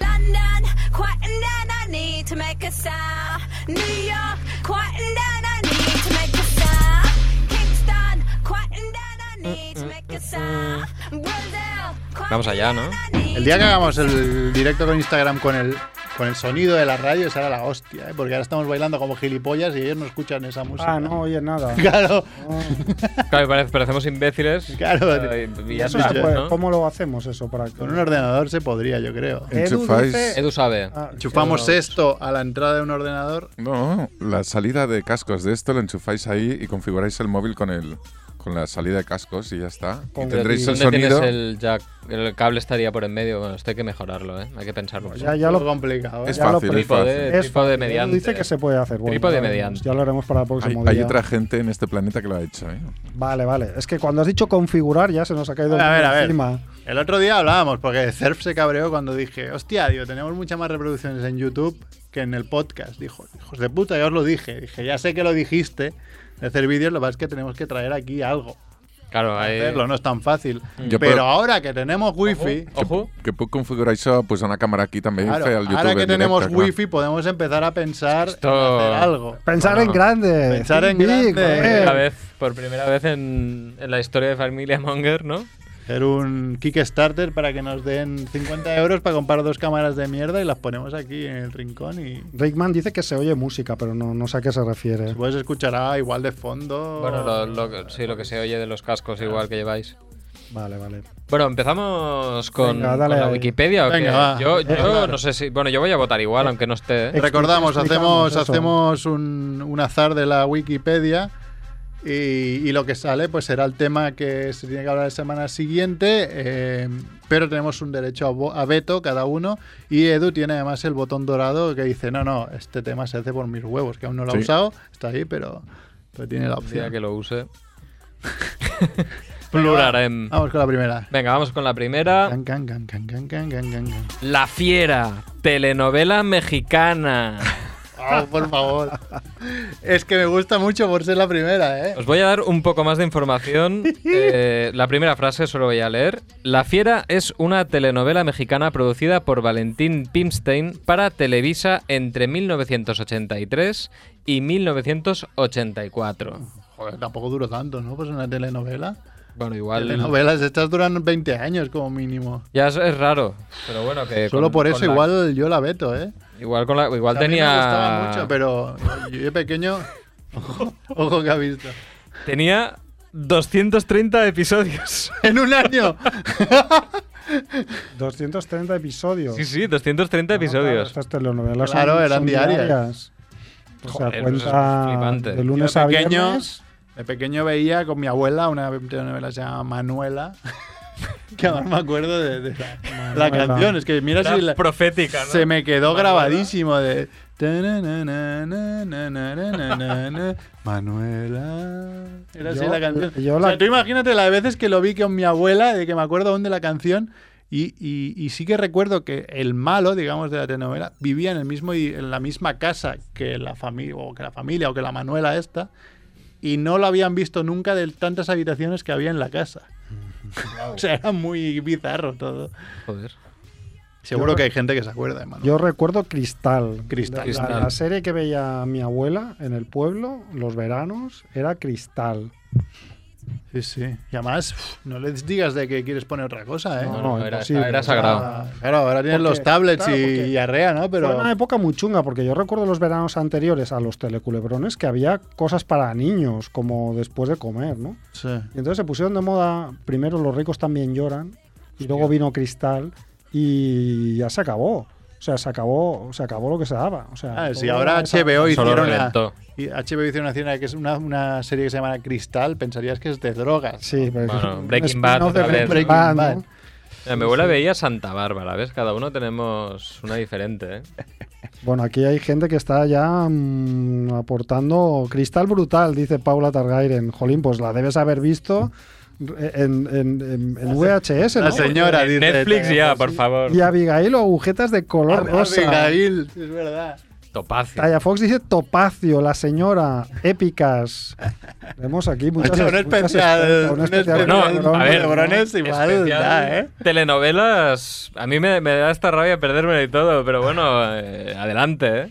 London, quieten down, I need to make a sound. New York, quieten down, I need to make a sound. Kingston, quieten down, I need to make a sound. Brazil, quieten
Vamos allá, ¿no?
down, I need
El día que
to make a
hagamos el directo con Instagram con el, con el sonido de la radio, esa era la hostia, ¿eh? porque ahora estamos bailando como gilipollas y ellos no escuchan esa música.
Ah, no, oye, *laughs* nada.
*laughs* Claro,
Claro, pare- parecemos imbéciles.
Claro.
Eh, y ya
Eso
está,
se puede-
¿no?
Pues, ¿Cómo lo hacemos eso para que-
con un ordenador se podría, yo creo.
Edu
Enchufáis-
dice-
Edu sabe.
Ah,
Enchufamos esto a la entrada de un ordenador.
No, la salida de cascos de esto lo enchufáis ahí y configuráis el móvil con el con la salida de cascos y ya está. Y
Con-
tendréis el
¿Dónde
sonido.
tienes el jack? El cable estaría por en medio. Bueno, esto hay que mejorarlo, ¿eh? Hay que pensarlo.
Pues ya,
Ya
ya
lo
lo...
complicado. ¿eh?
Es
ya lo
fácil, es
Trípode,
fácil.
Es
trípode
fácil.
mediante.
Dice que se puede hacer. Bueno,
Trípode
ya veremos.
mediante.
Ya lo haremos para el
Pues
Hay,
próximo
hay
día.
otra gente en este planeta que lo ha hecho, ¿eh?
Vale, vale. Es que cuando has dicho configurar ya se nos ha caído
A ver, a ver.
encima.
El otro día hablábamos, porque Cerf se cabreó cuando dije, hostia, digo, tenemos muchas más reproducciones en YouTube que en el podcast. Dijo, hijos de puta, ya os lo dije. Dije, ya sé que lo dijiste de hacer vídeos, lo que pasa es que tenemos que traer aquí algo.
Claro, hay...
Hacerlo no es tan fácil.
Eh, Yo
pero
puedo-
ahora que tenemos wifi,
Ojo.
Que puc configurar eso pues, una cámara aquí también
claro,
fe al YouTube
ahora que
en
tenemos
directe, clar.
wifi podemos empezar a pensar
Esto-
en hacer algo.
Pensar en grande.
Pensar en
Think
grande.
big,
Por
joder.
primera vez, por primera vez en, en la historia de Familia Monger, ¿no?
Hacer un Kickstarter para que nos den 50 euros para comprar dos cámaras de mierda y las ponemos aquí en el rincón y
Rickman dice que se oye música, pero no, no sé a qué se refiere.
puedes escuchar ah, igual de fondo.
Bueno, lo, lo- sí, lo que se oye de los cascos igual que lleváis.
Vale, vale.
Bueno, empezamos con,
Venga, dale
con la
ahí.
Wikipedia. ¿o
Venga,
qué?
va.
Yo, yo
Venga.
no sé si. Bueno, yo voy a votar igual, aunque no esté. ¿eh?
Ex-
Recordamos,
explicamos
hacemos,
eso.
hacemos un, un azar de la Wikipedia y, y lo que sale pues será el tema que se tiene que hablar la semana siguiente, eh, pero tenemos un derecho a, vo- a veto cada uno y Edu tiene además el botón dorado que dice, no, no, este tema se hace por mis huevos, que aún no lo ha
Sí.
usado, está ahí, pero, pero tiene la
El día
opción.
que lo
*laughs*
use. Plurarem.
Vamos con la primera.
Venga, vamos con la primera.
Can, can, can, can, can, can, can, can, can.
La Fiera, telenovela mexicana.
Oh, por favor. *laughs* es que me gusta mucho por ser la primera, ¿eh?
Os voy a dar un poco más de información. Eh, la primera frase solo voy a leer. La Fiera es una telenovela mexicana producida por Valentín Pimstein para Televisa entre 1983 y 1984.
Joder, tampoco duró tanto, ¿no? Pues una telenovela.
Bueno, igual.
Telenovelas estas duran 20 años como mínimo.
Ya es, es raro, pero bueno, que.
Solo
con-
por
con
eso
la-
igual yo la veto, ¿eh?
Igual, con la- igual
A mí me
tenía.
gustaba mucho, pero yo de
*laughs*
pequeño... Ojo, ojo que ha visto.
Tenía 230
*laughs*
episodios.
¡En un año!
230 episodios.
Sí, sí, 230 episodios.
Estas telenovelas
Claro,
son-
eran
son
diarias.
O sea,
Joder, pues eso es
cuenta
flipante.
de lunes
Yo
a
de pequeño-
viernes.
De pequeño veía con mi abuela una telenovela que se llama Manuela. *laughs* Que ahora me acuerdo de, de la, la
Manuela.
canción. Es que mira
Era
si la,
profética, ¿no?
Se me quedó grabadísimo de. "Ta-na-na-na-na-na-na-na-na-na, Manuela. Era así
Yo-
la canción.
yo
O sea,
la-
tú imagínate las veces que lo vi con mi abuela, de que me acuerdo aún de la canción. Y, y- y sí que recuerdo que el malo, digamos, de la telenovela vivía en, el mismo, i- en la misma casa que la, fami- o que la familia o que la Manuela esta. Y no lo habían visto nunca de tantas habitaciones que había en la casa. o sea, era muy bizarro todo.
Joder.
Seguro que hay gente que se acuerda de Manuela.
Yo recuerdo Cristal.
Cristal.
La- La,
Cristal.
serie que veía mi abuela en el pueblo, los veranos, era Cristal.
Sí, sí. Y además, uf, no les digas de que quieres poner otra cosa, ¿eh?
No,
No,
no,
no, era,
imposible.
era
O sea,
sagrado.
Claro, ahora tienes
Porque-
los tablets
claro,
y,
porque-
y arrea, ¿no? Pero
Fue una época muy chunga, porque yo recuerdo los veranos anteriores a los teleculebrones que había cosas para niños, como después de comer, ¿no?
Sí.
Y entonces se pusieron de moda, primero los ricos también lloran, y luego vino Cristal, y ya se acabó. O sea, se acabó, se acabó lo que se daba. O sea,
Ah, sí,
todo
ahora
era esa-
HBO
Solo
hicieron, una,
reventó.
y HBO hicieron una, serie que es una, una serie que se llama Cristal, pensarías que es de drogas.
Sí, pero
Bueno, Breaking Bad
spin-off de
otra vez,
Breaking
¿no?
Bad, ¿no?
Breaking Bad.
Mira, mi abuela veía Santa Bárbara, ¿ves? Cada uno tenemos una diferente. ¿eh?
Bueno, aquí hay gente que está ya mm, aportando cristal brutal, dice Paula Targairen. Jolín, pues la debes haber visto en, en- en- en VHS, ¿no?
La señora dice...
Eh, Netflix ya, por favor.
Y Abigail o agujetas de color rosa.
Ah, Abigail, es verdad.
Topacio.
Taya Fox dice Topacio, la señora, épicas. Vemos aquí muchas
Oye, un
muchas
especial,
expertas, un
un
especial
especial,
No,
cabrón,
a ver,
¿no?
cabrones, igual,
especial
da, ¿eh?
Telenovelas, a mí me, me da esta rabia perderme y todo, pero bueno, eh, adelante, ¿eh?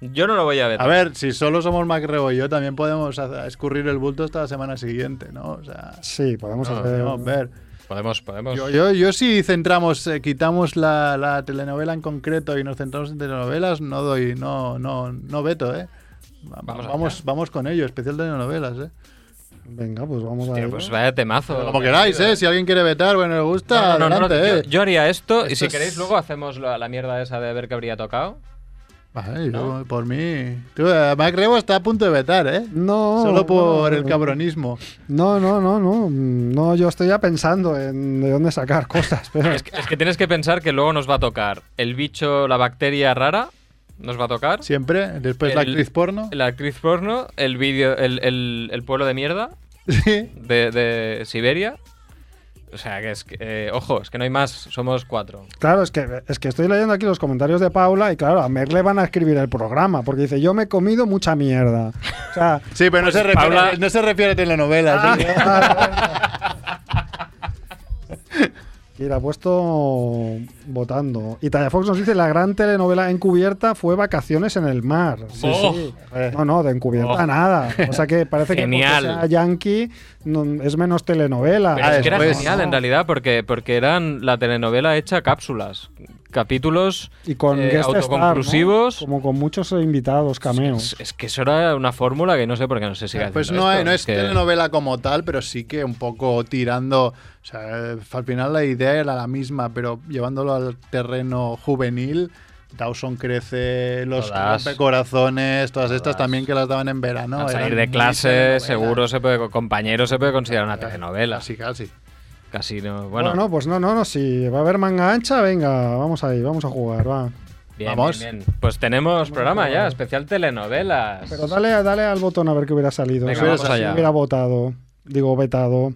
Yo no lo voy a ver.
A ver, si solo somos Macreo y yo, también podemos hacer- escurrir el bulto hasta la semana siguiente, ¿no? O sea,
Sí, podemos
No,
hacer.
podemos ver.
Podemos, podemos.
Yo, yo, yo si centramos, eh, quitamos la, la telenovela en concreto y nos centramos en telenovelas, no doy, no, no, no veto, ¿eh? Va-
Vamos
Vamos, vamos, con ello, especial telenovelas, ¿eh?
Venga, pues vamos a
Hostia,
ver.
pues vaya temazo.
Como queráis, ¿eh? Si alguien quiere vetar, bueno, le gusta,
No, no, no, no,
adelante,
yo,
¿eh?
yo haría esto, y
Esto
si
es-
queréis luego hacemos la, la mierda esa de ver qué habría tocado.
Ay,
¿no?
yo, por mí. Tú, eh, Macreo está a punto de vetar, ¿eh?
No.
Solo por
no,
el cabronismo.
No, no, no, no. No, yo estoy ya pensando en de dónde sacar *laughs* cosas. Pero
Es que, es que tienes que pensar que luego nos va a tocar el bicho, la bacteria rara, nos va a tocar.
Siempre, después la
El-
actriz porno.
La actriz porno, el vídeo, el, el- el pueblo de mierda
*laughs* Sí.
de, de Siberia. O sea, que es que, eh, ojo, es que no hay más, somos cuatro.
Claro, es que, es que estoy leyendo aquí los comentarios de Paula y claro, a Mer le van a escribir el programa porque dice, yo me he comido mucha mierda. O sea,
Sí, pero no, se refiere,
Pues Paula- Ah.
no se refiere a telenovelas. ¿eh?
y la ha puesto votando. Y Taya Fox nos dice, la gran telenovela encubierta fue Vacaciones en el Mar. Sí,
Oh.
sí. No, no, de encubierta
Oh.
nada. O sea que parece
Genial.
que porque sea yankee no- es menos telenovela.
Pero
Ah,
es que era
después,
genial
¿no?
en realidad porque, porque eran la telenovela hecha cápsulas, capítulos
Y con
eh,
guest star, ¿no?
autoconclusivos.
Como con muchos invitados, cameos.
Es, es que eso era una fórmula que no sé por qué no se sigue
Pues
haciendo
no,
esto,
es- no es
que-
telenovela como tal, pero sí que un poco tirando. O sea, eh, al final la idea era la misma, pero llevándolo al terreno juvenil. Dawson crece, los
Todas.
corazones, todas, estas
Todas.
también que las daban en verano.
Al
eran
salir
muy
de clase,
telenovelas.
seguro se puede, compañero se puede considerar una telenovela.
Casi, casi.
Casi no. Bueno,
Bueno, pues no, no, no, si va a haber manga ancha, venga, vamos ahí, vamos a jugar, va.
bien,
vamos.
bien, bien. Pues tenemos programa ya, especial telenovelas.
Pero dale, dale al botón a ver qué hubiera salido.
Venga,
Si hubiera-
vamos allá.
si hubiera votado, digo, vetado.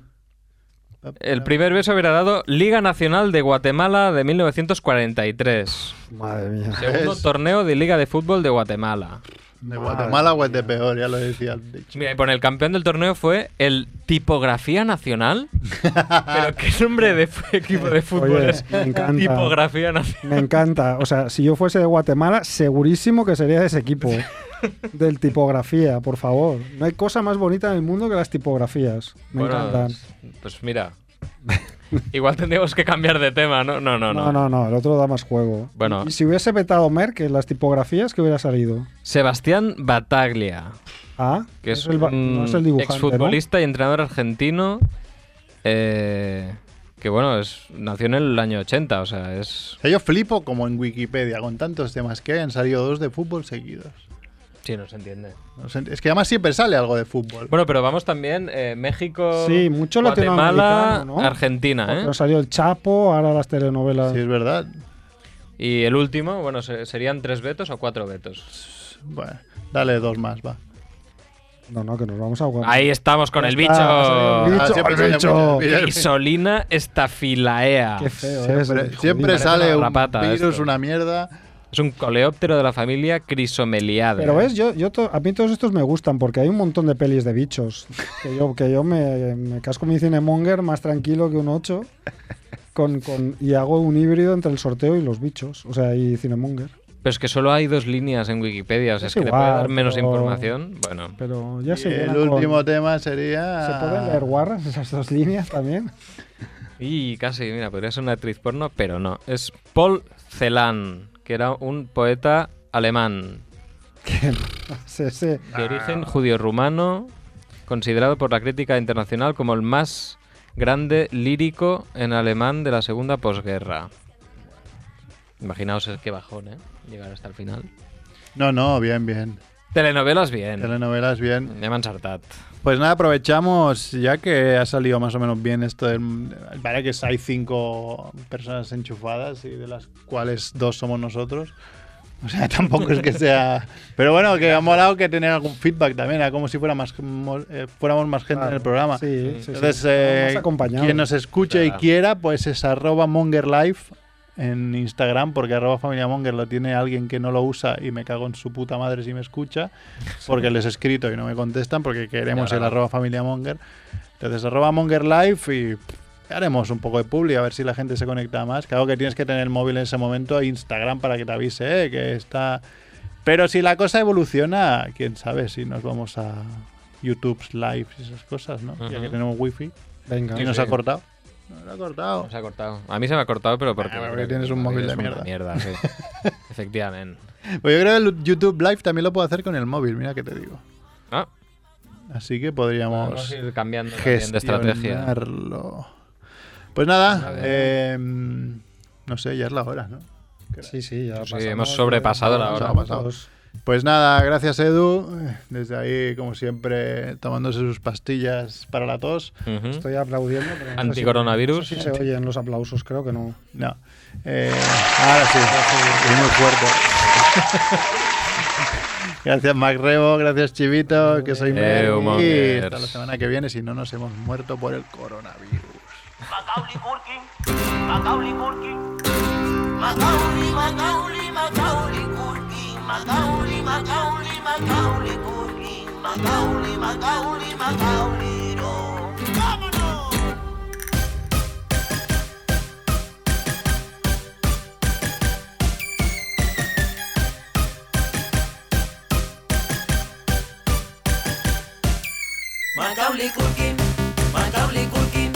El primer beso hubiera dado Liga Nacional de Guatemala de 1943.
Madre mía.
Segundo
Es-
torneo de Liga de Fútbol de Guatemala.
De Guatemala o de peor, ya lo decía el dicho.
Mira, y pone, el campeón del torneo fue el Tipografía *laughs* Nacional. Pero qué nombre de fu- equipo de fútbol
Oye,
es
me encanta.
Tipografía
Me
Nacional.
encanta. O sea, si yo fuese de Guatemala, segurísimo que sería de ese equipo. Del tipografía, por favor. No hay cosa más bonita en el mundo que las tipografías. Me
Bueno,
encantan.
Pues mira. Igual tendríamos que cambiar de tema, ¿no? No, no,
No,
no.
no, no, el otro da más juego.
Bueno.
Y si hubiese vetado Merck en las tipografías, ¿qué hubiera salido?
Sebastián Bataglia,
Ah,
que es,
el, ba-
un
no es el dibujante, ¿no?
exfutbolista y entrenador argentino. eh, que bueno, es, nació en el año 80, o sea, es.
O sea, yo flipo como en Wikipedia, con tantos temas que hay, han salido dos de fútbol seguidos.
Sí, no se entiende.
No sé, Es que además siempre sale algo de fútbol.
Bueno, pero vamos también eh, México,
Sí, mucho
Guatemala,
latinoamericano, ¿no?
Argentina, ¿eh?
Pero salió el Chapo, ahora las telenovelas.
Sí, es verdad.
Y el último, bueno, se- serían tres vetos o cuatro vetos.
Bueno, dale dos más, va.
No, no, que nos vamos a Guatemala.
Ahí estamos con
Ya
el
está, ha salido el
bicho.
bicho.
Ah, siempre sale
bicho.
mucho- siempre-
Isolina estafilaea.
Qué feo eh. es.
Siempre,
el
siempre
jodido.
Parece
sale
una
un
rapata
virus,
esto.
una mierda.
Es un coleóptero de la familia Crisomeliada.
Pero ves, yo, yo to- a mí todos estos me gustan porque hay un montón de pelis de bichos. Que yo, que yo me, me casco mi cinemonger más tranquilo que un 8 con, con- y hago un híbrido entre el sorteo y los bichos. O sea, y cinemonger.
Pero es que solo hay dos líneas en Wikipedia, o sea,
Es
es, que te puede
igual,
dar menos
pero-
información. Bueno,
Pero ya se
Y
llena
el
eh, con-
último tema sería.
¿Se pueden leer guarras esas dos líneas también? *laughs*
y casi, mira, podría ser una actriz porno, pero no. Es Paul Celan, que era un poeta alemán
Que se, se-
de origen judío-rumano, considerado por la crítica internacional como el más grande lírico en alemán de la segunda posguerra. Imaginaos el que bajón, ¿eh? Llegar hasta el final.
No, no, bien, bien.
Telenovelas bien.
Telenovelas, bien.
Ya m'han encertat.
Pues nada, aprovechamos, ya que ha salido más o menos bien esto. del- Vale, que hay cinco personas enchufadas y de las cuales dos somos nosotros. O sea, *laughs* tampoco es que sea. Pero bueno, que ha molado que tener algún feedback también, a como si fuera más, mo- eh, fuéramos más gente en el
Claro,
programa.
Sí, sí, sí. Más
Entonces, eh,
acompañado.
quien nos escuche y
Claro.
quiera, pues es arroba mongerlife en Instagram, porque arroba familia monger lo tiene alguien que no lo usa y me cago en su puta madre si me escucha, porque les he escrito y no me contestan, porque queremos
Ya,
el
claro.
arroba familia monger. Entonces, arroba mongerlife y pff, haremos un poco de publi, a ver si la gente se conecta más. Claro que tienes que tener el móvil en ese momento e Instagram para que te avise, eh, que está... Pero si la cosa evoluciona, quién sabe si nos vamos a YouTube Live y esas cosas, ¿no? Ya que
Ujú.
tenemos wifi.
Venga.
Y nos
sí.
ha cortado. Nos ha cortado.
No se ha cortado. A mí se me ha cortado, pero porque...
Ah, porque tienes un móvil de
Es una
mierda.
mierda, sí.
*laughs*
Efectivamente.
Pues yo creo que el YouTube Live también lo puedo hacer con el móvil, mira que te digo.
Ah,
Así que
vamos
podríamos
a ir cambiando también de estrategia.
gestionarlo. Pues nada,
A ver.
eh, no sé, ya es la hora, ¿no?
Sí, sí, ya
Sí,
pasamos
hemos
de-
sobrepasado la
Nos
hora.
ha pasado.
Pues nada, gracias Edu. Desde ahí, como siempre, tomándose sus pastillas para la tos.
Ujú.
Estoy aplaudiendo. pero no sé si-
Anticoronavirus.
no sé Si, se oyen los aplausos, creo que no.
No. Eh, ahora sí. Es muy *laughs* fuerte. gracias, Mac Rebo. Gracias, Chivito. Que soy Mer.
Eu,
Y
Mongers.
hasta la semana que viene, si no nos hemos muerto por el coronavirus.
Macaulay Culkin, Macaulay Culkin. Macaulay, Macaulay, Macaulay Culkin. Macaulay, Macaulay, Macaulay Culkin. Macaulay, Macaulay, Macaulay, no. ¡Vámonos! Macaulay Culkin, Macaulay Culkin.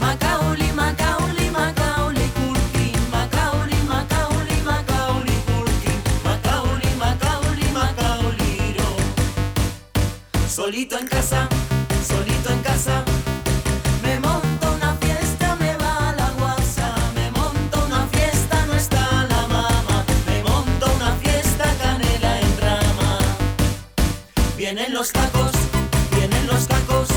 Macaulay, Macaulay, Macaulay Culkin. Macaulay, Macaulay, Macaulay Culkin. Macaulay, Macaulay, Macaulay no. Solito en casa, solito en casa. Me monto una fiesta, me va la guasa. Me monto una fiesta, no está la mamá. Me monto una fiesta, canela en rama. Vienen los tacos, vienen los tacos.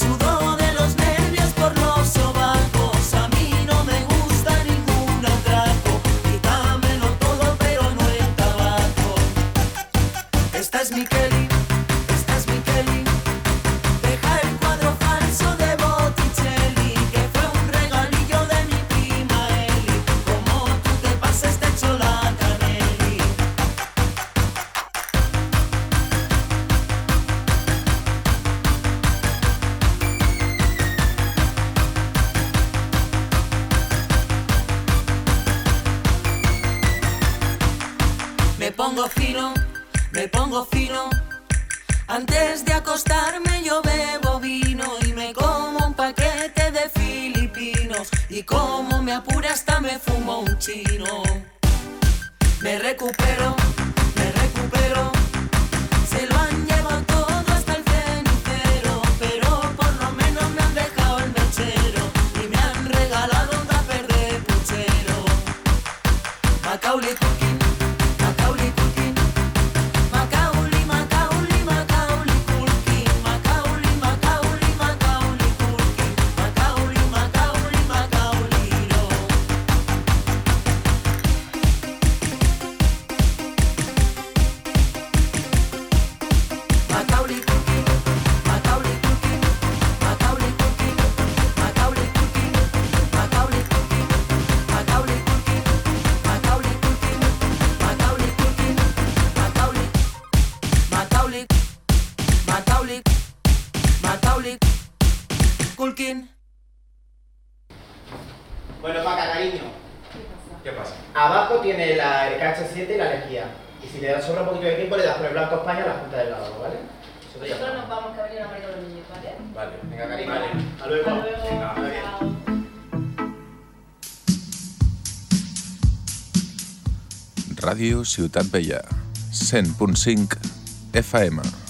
Sudó de los nervios por los sobacos. A mí no me gusta ningún atraco. Quítamelo todo, pero no el tabaco. Esta es mi Kelly, esta es mi Kelly. Deja el cuadro falso de Botticelli, que fue un regalillo de mi prima Eli. Como tú te pases, te echo la caneli. Me pongo fino, me pongo fino. Antes de acostarme yo bebo vino y me como un paquete de filipinos. Y como me apura hasta me fumo un chino. Me recupero, me recupero. Se lo han llevado todo hasta el cenicero, pero por lo menos me han dejado el mechero y me han regalado un tupper de puchero. Macaulay Culkin, Macaulay Culkin, Macaulay, Macaulay, Macaulay Culkin, Macaulay, Macaulay, Macaulay Culkin, Macaulay, Macaulay, Macaulay no. Macaulay Culkin, Macaulay Culkin, Macaulay Culkin, Macaulay Culkin, Macaulay Culkin, Macaulay Culkin, Macaulay Culkin, Macaulay Culkin, Macaulay, Macaulay, Macaulay, Macaulay Culkin.
Bueno, Maca, cariño.
¿Qué pasa?
Abajo tiene la, el KH7 y la lejía. Y si le das sobra un poquito de tiempo, le das por el blanco España a la junta del lado, ¿vale? Eso te llama.
Nosotros nos vamos, que ha venido la María de los niños, ¿vale?
Vale, venga, cariño. Vale, hasta luego.
Hasta luego.
Venga, vale.
Chao.
Ràdio Ciutat Vella, 100.5 FM.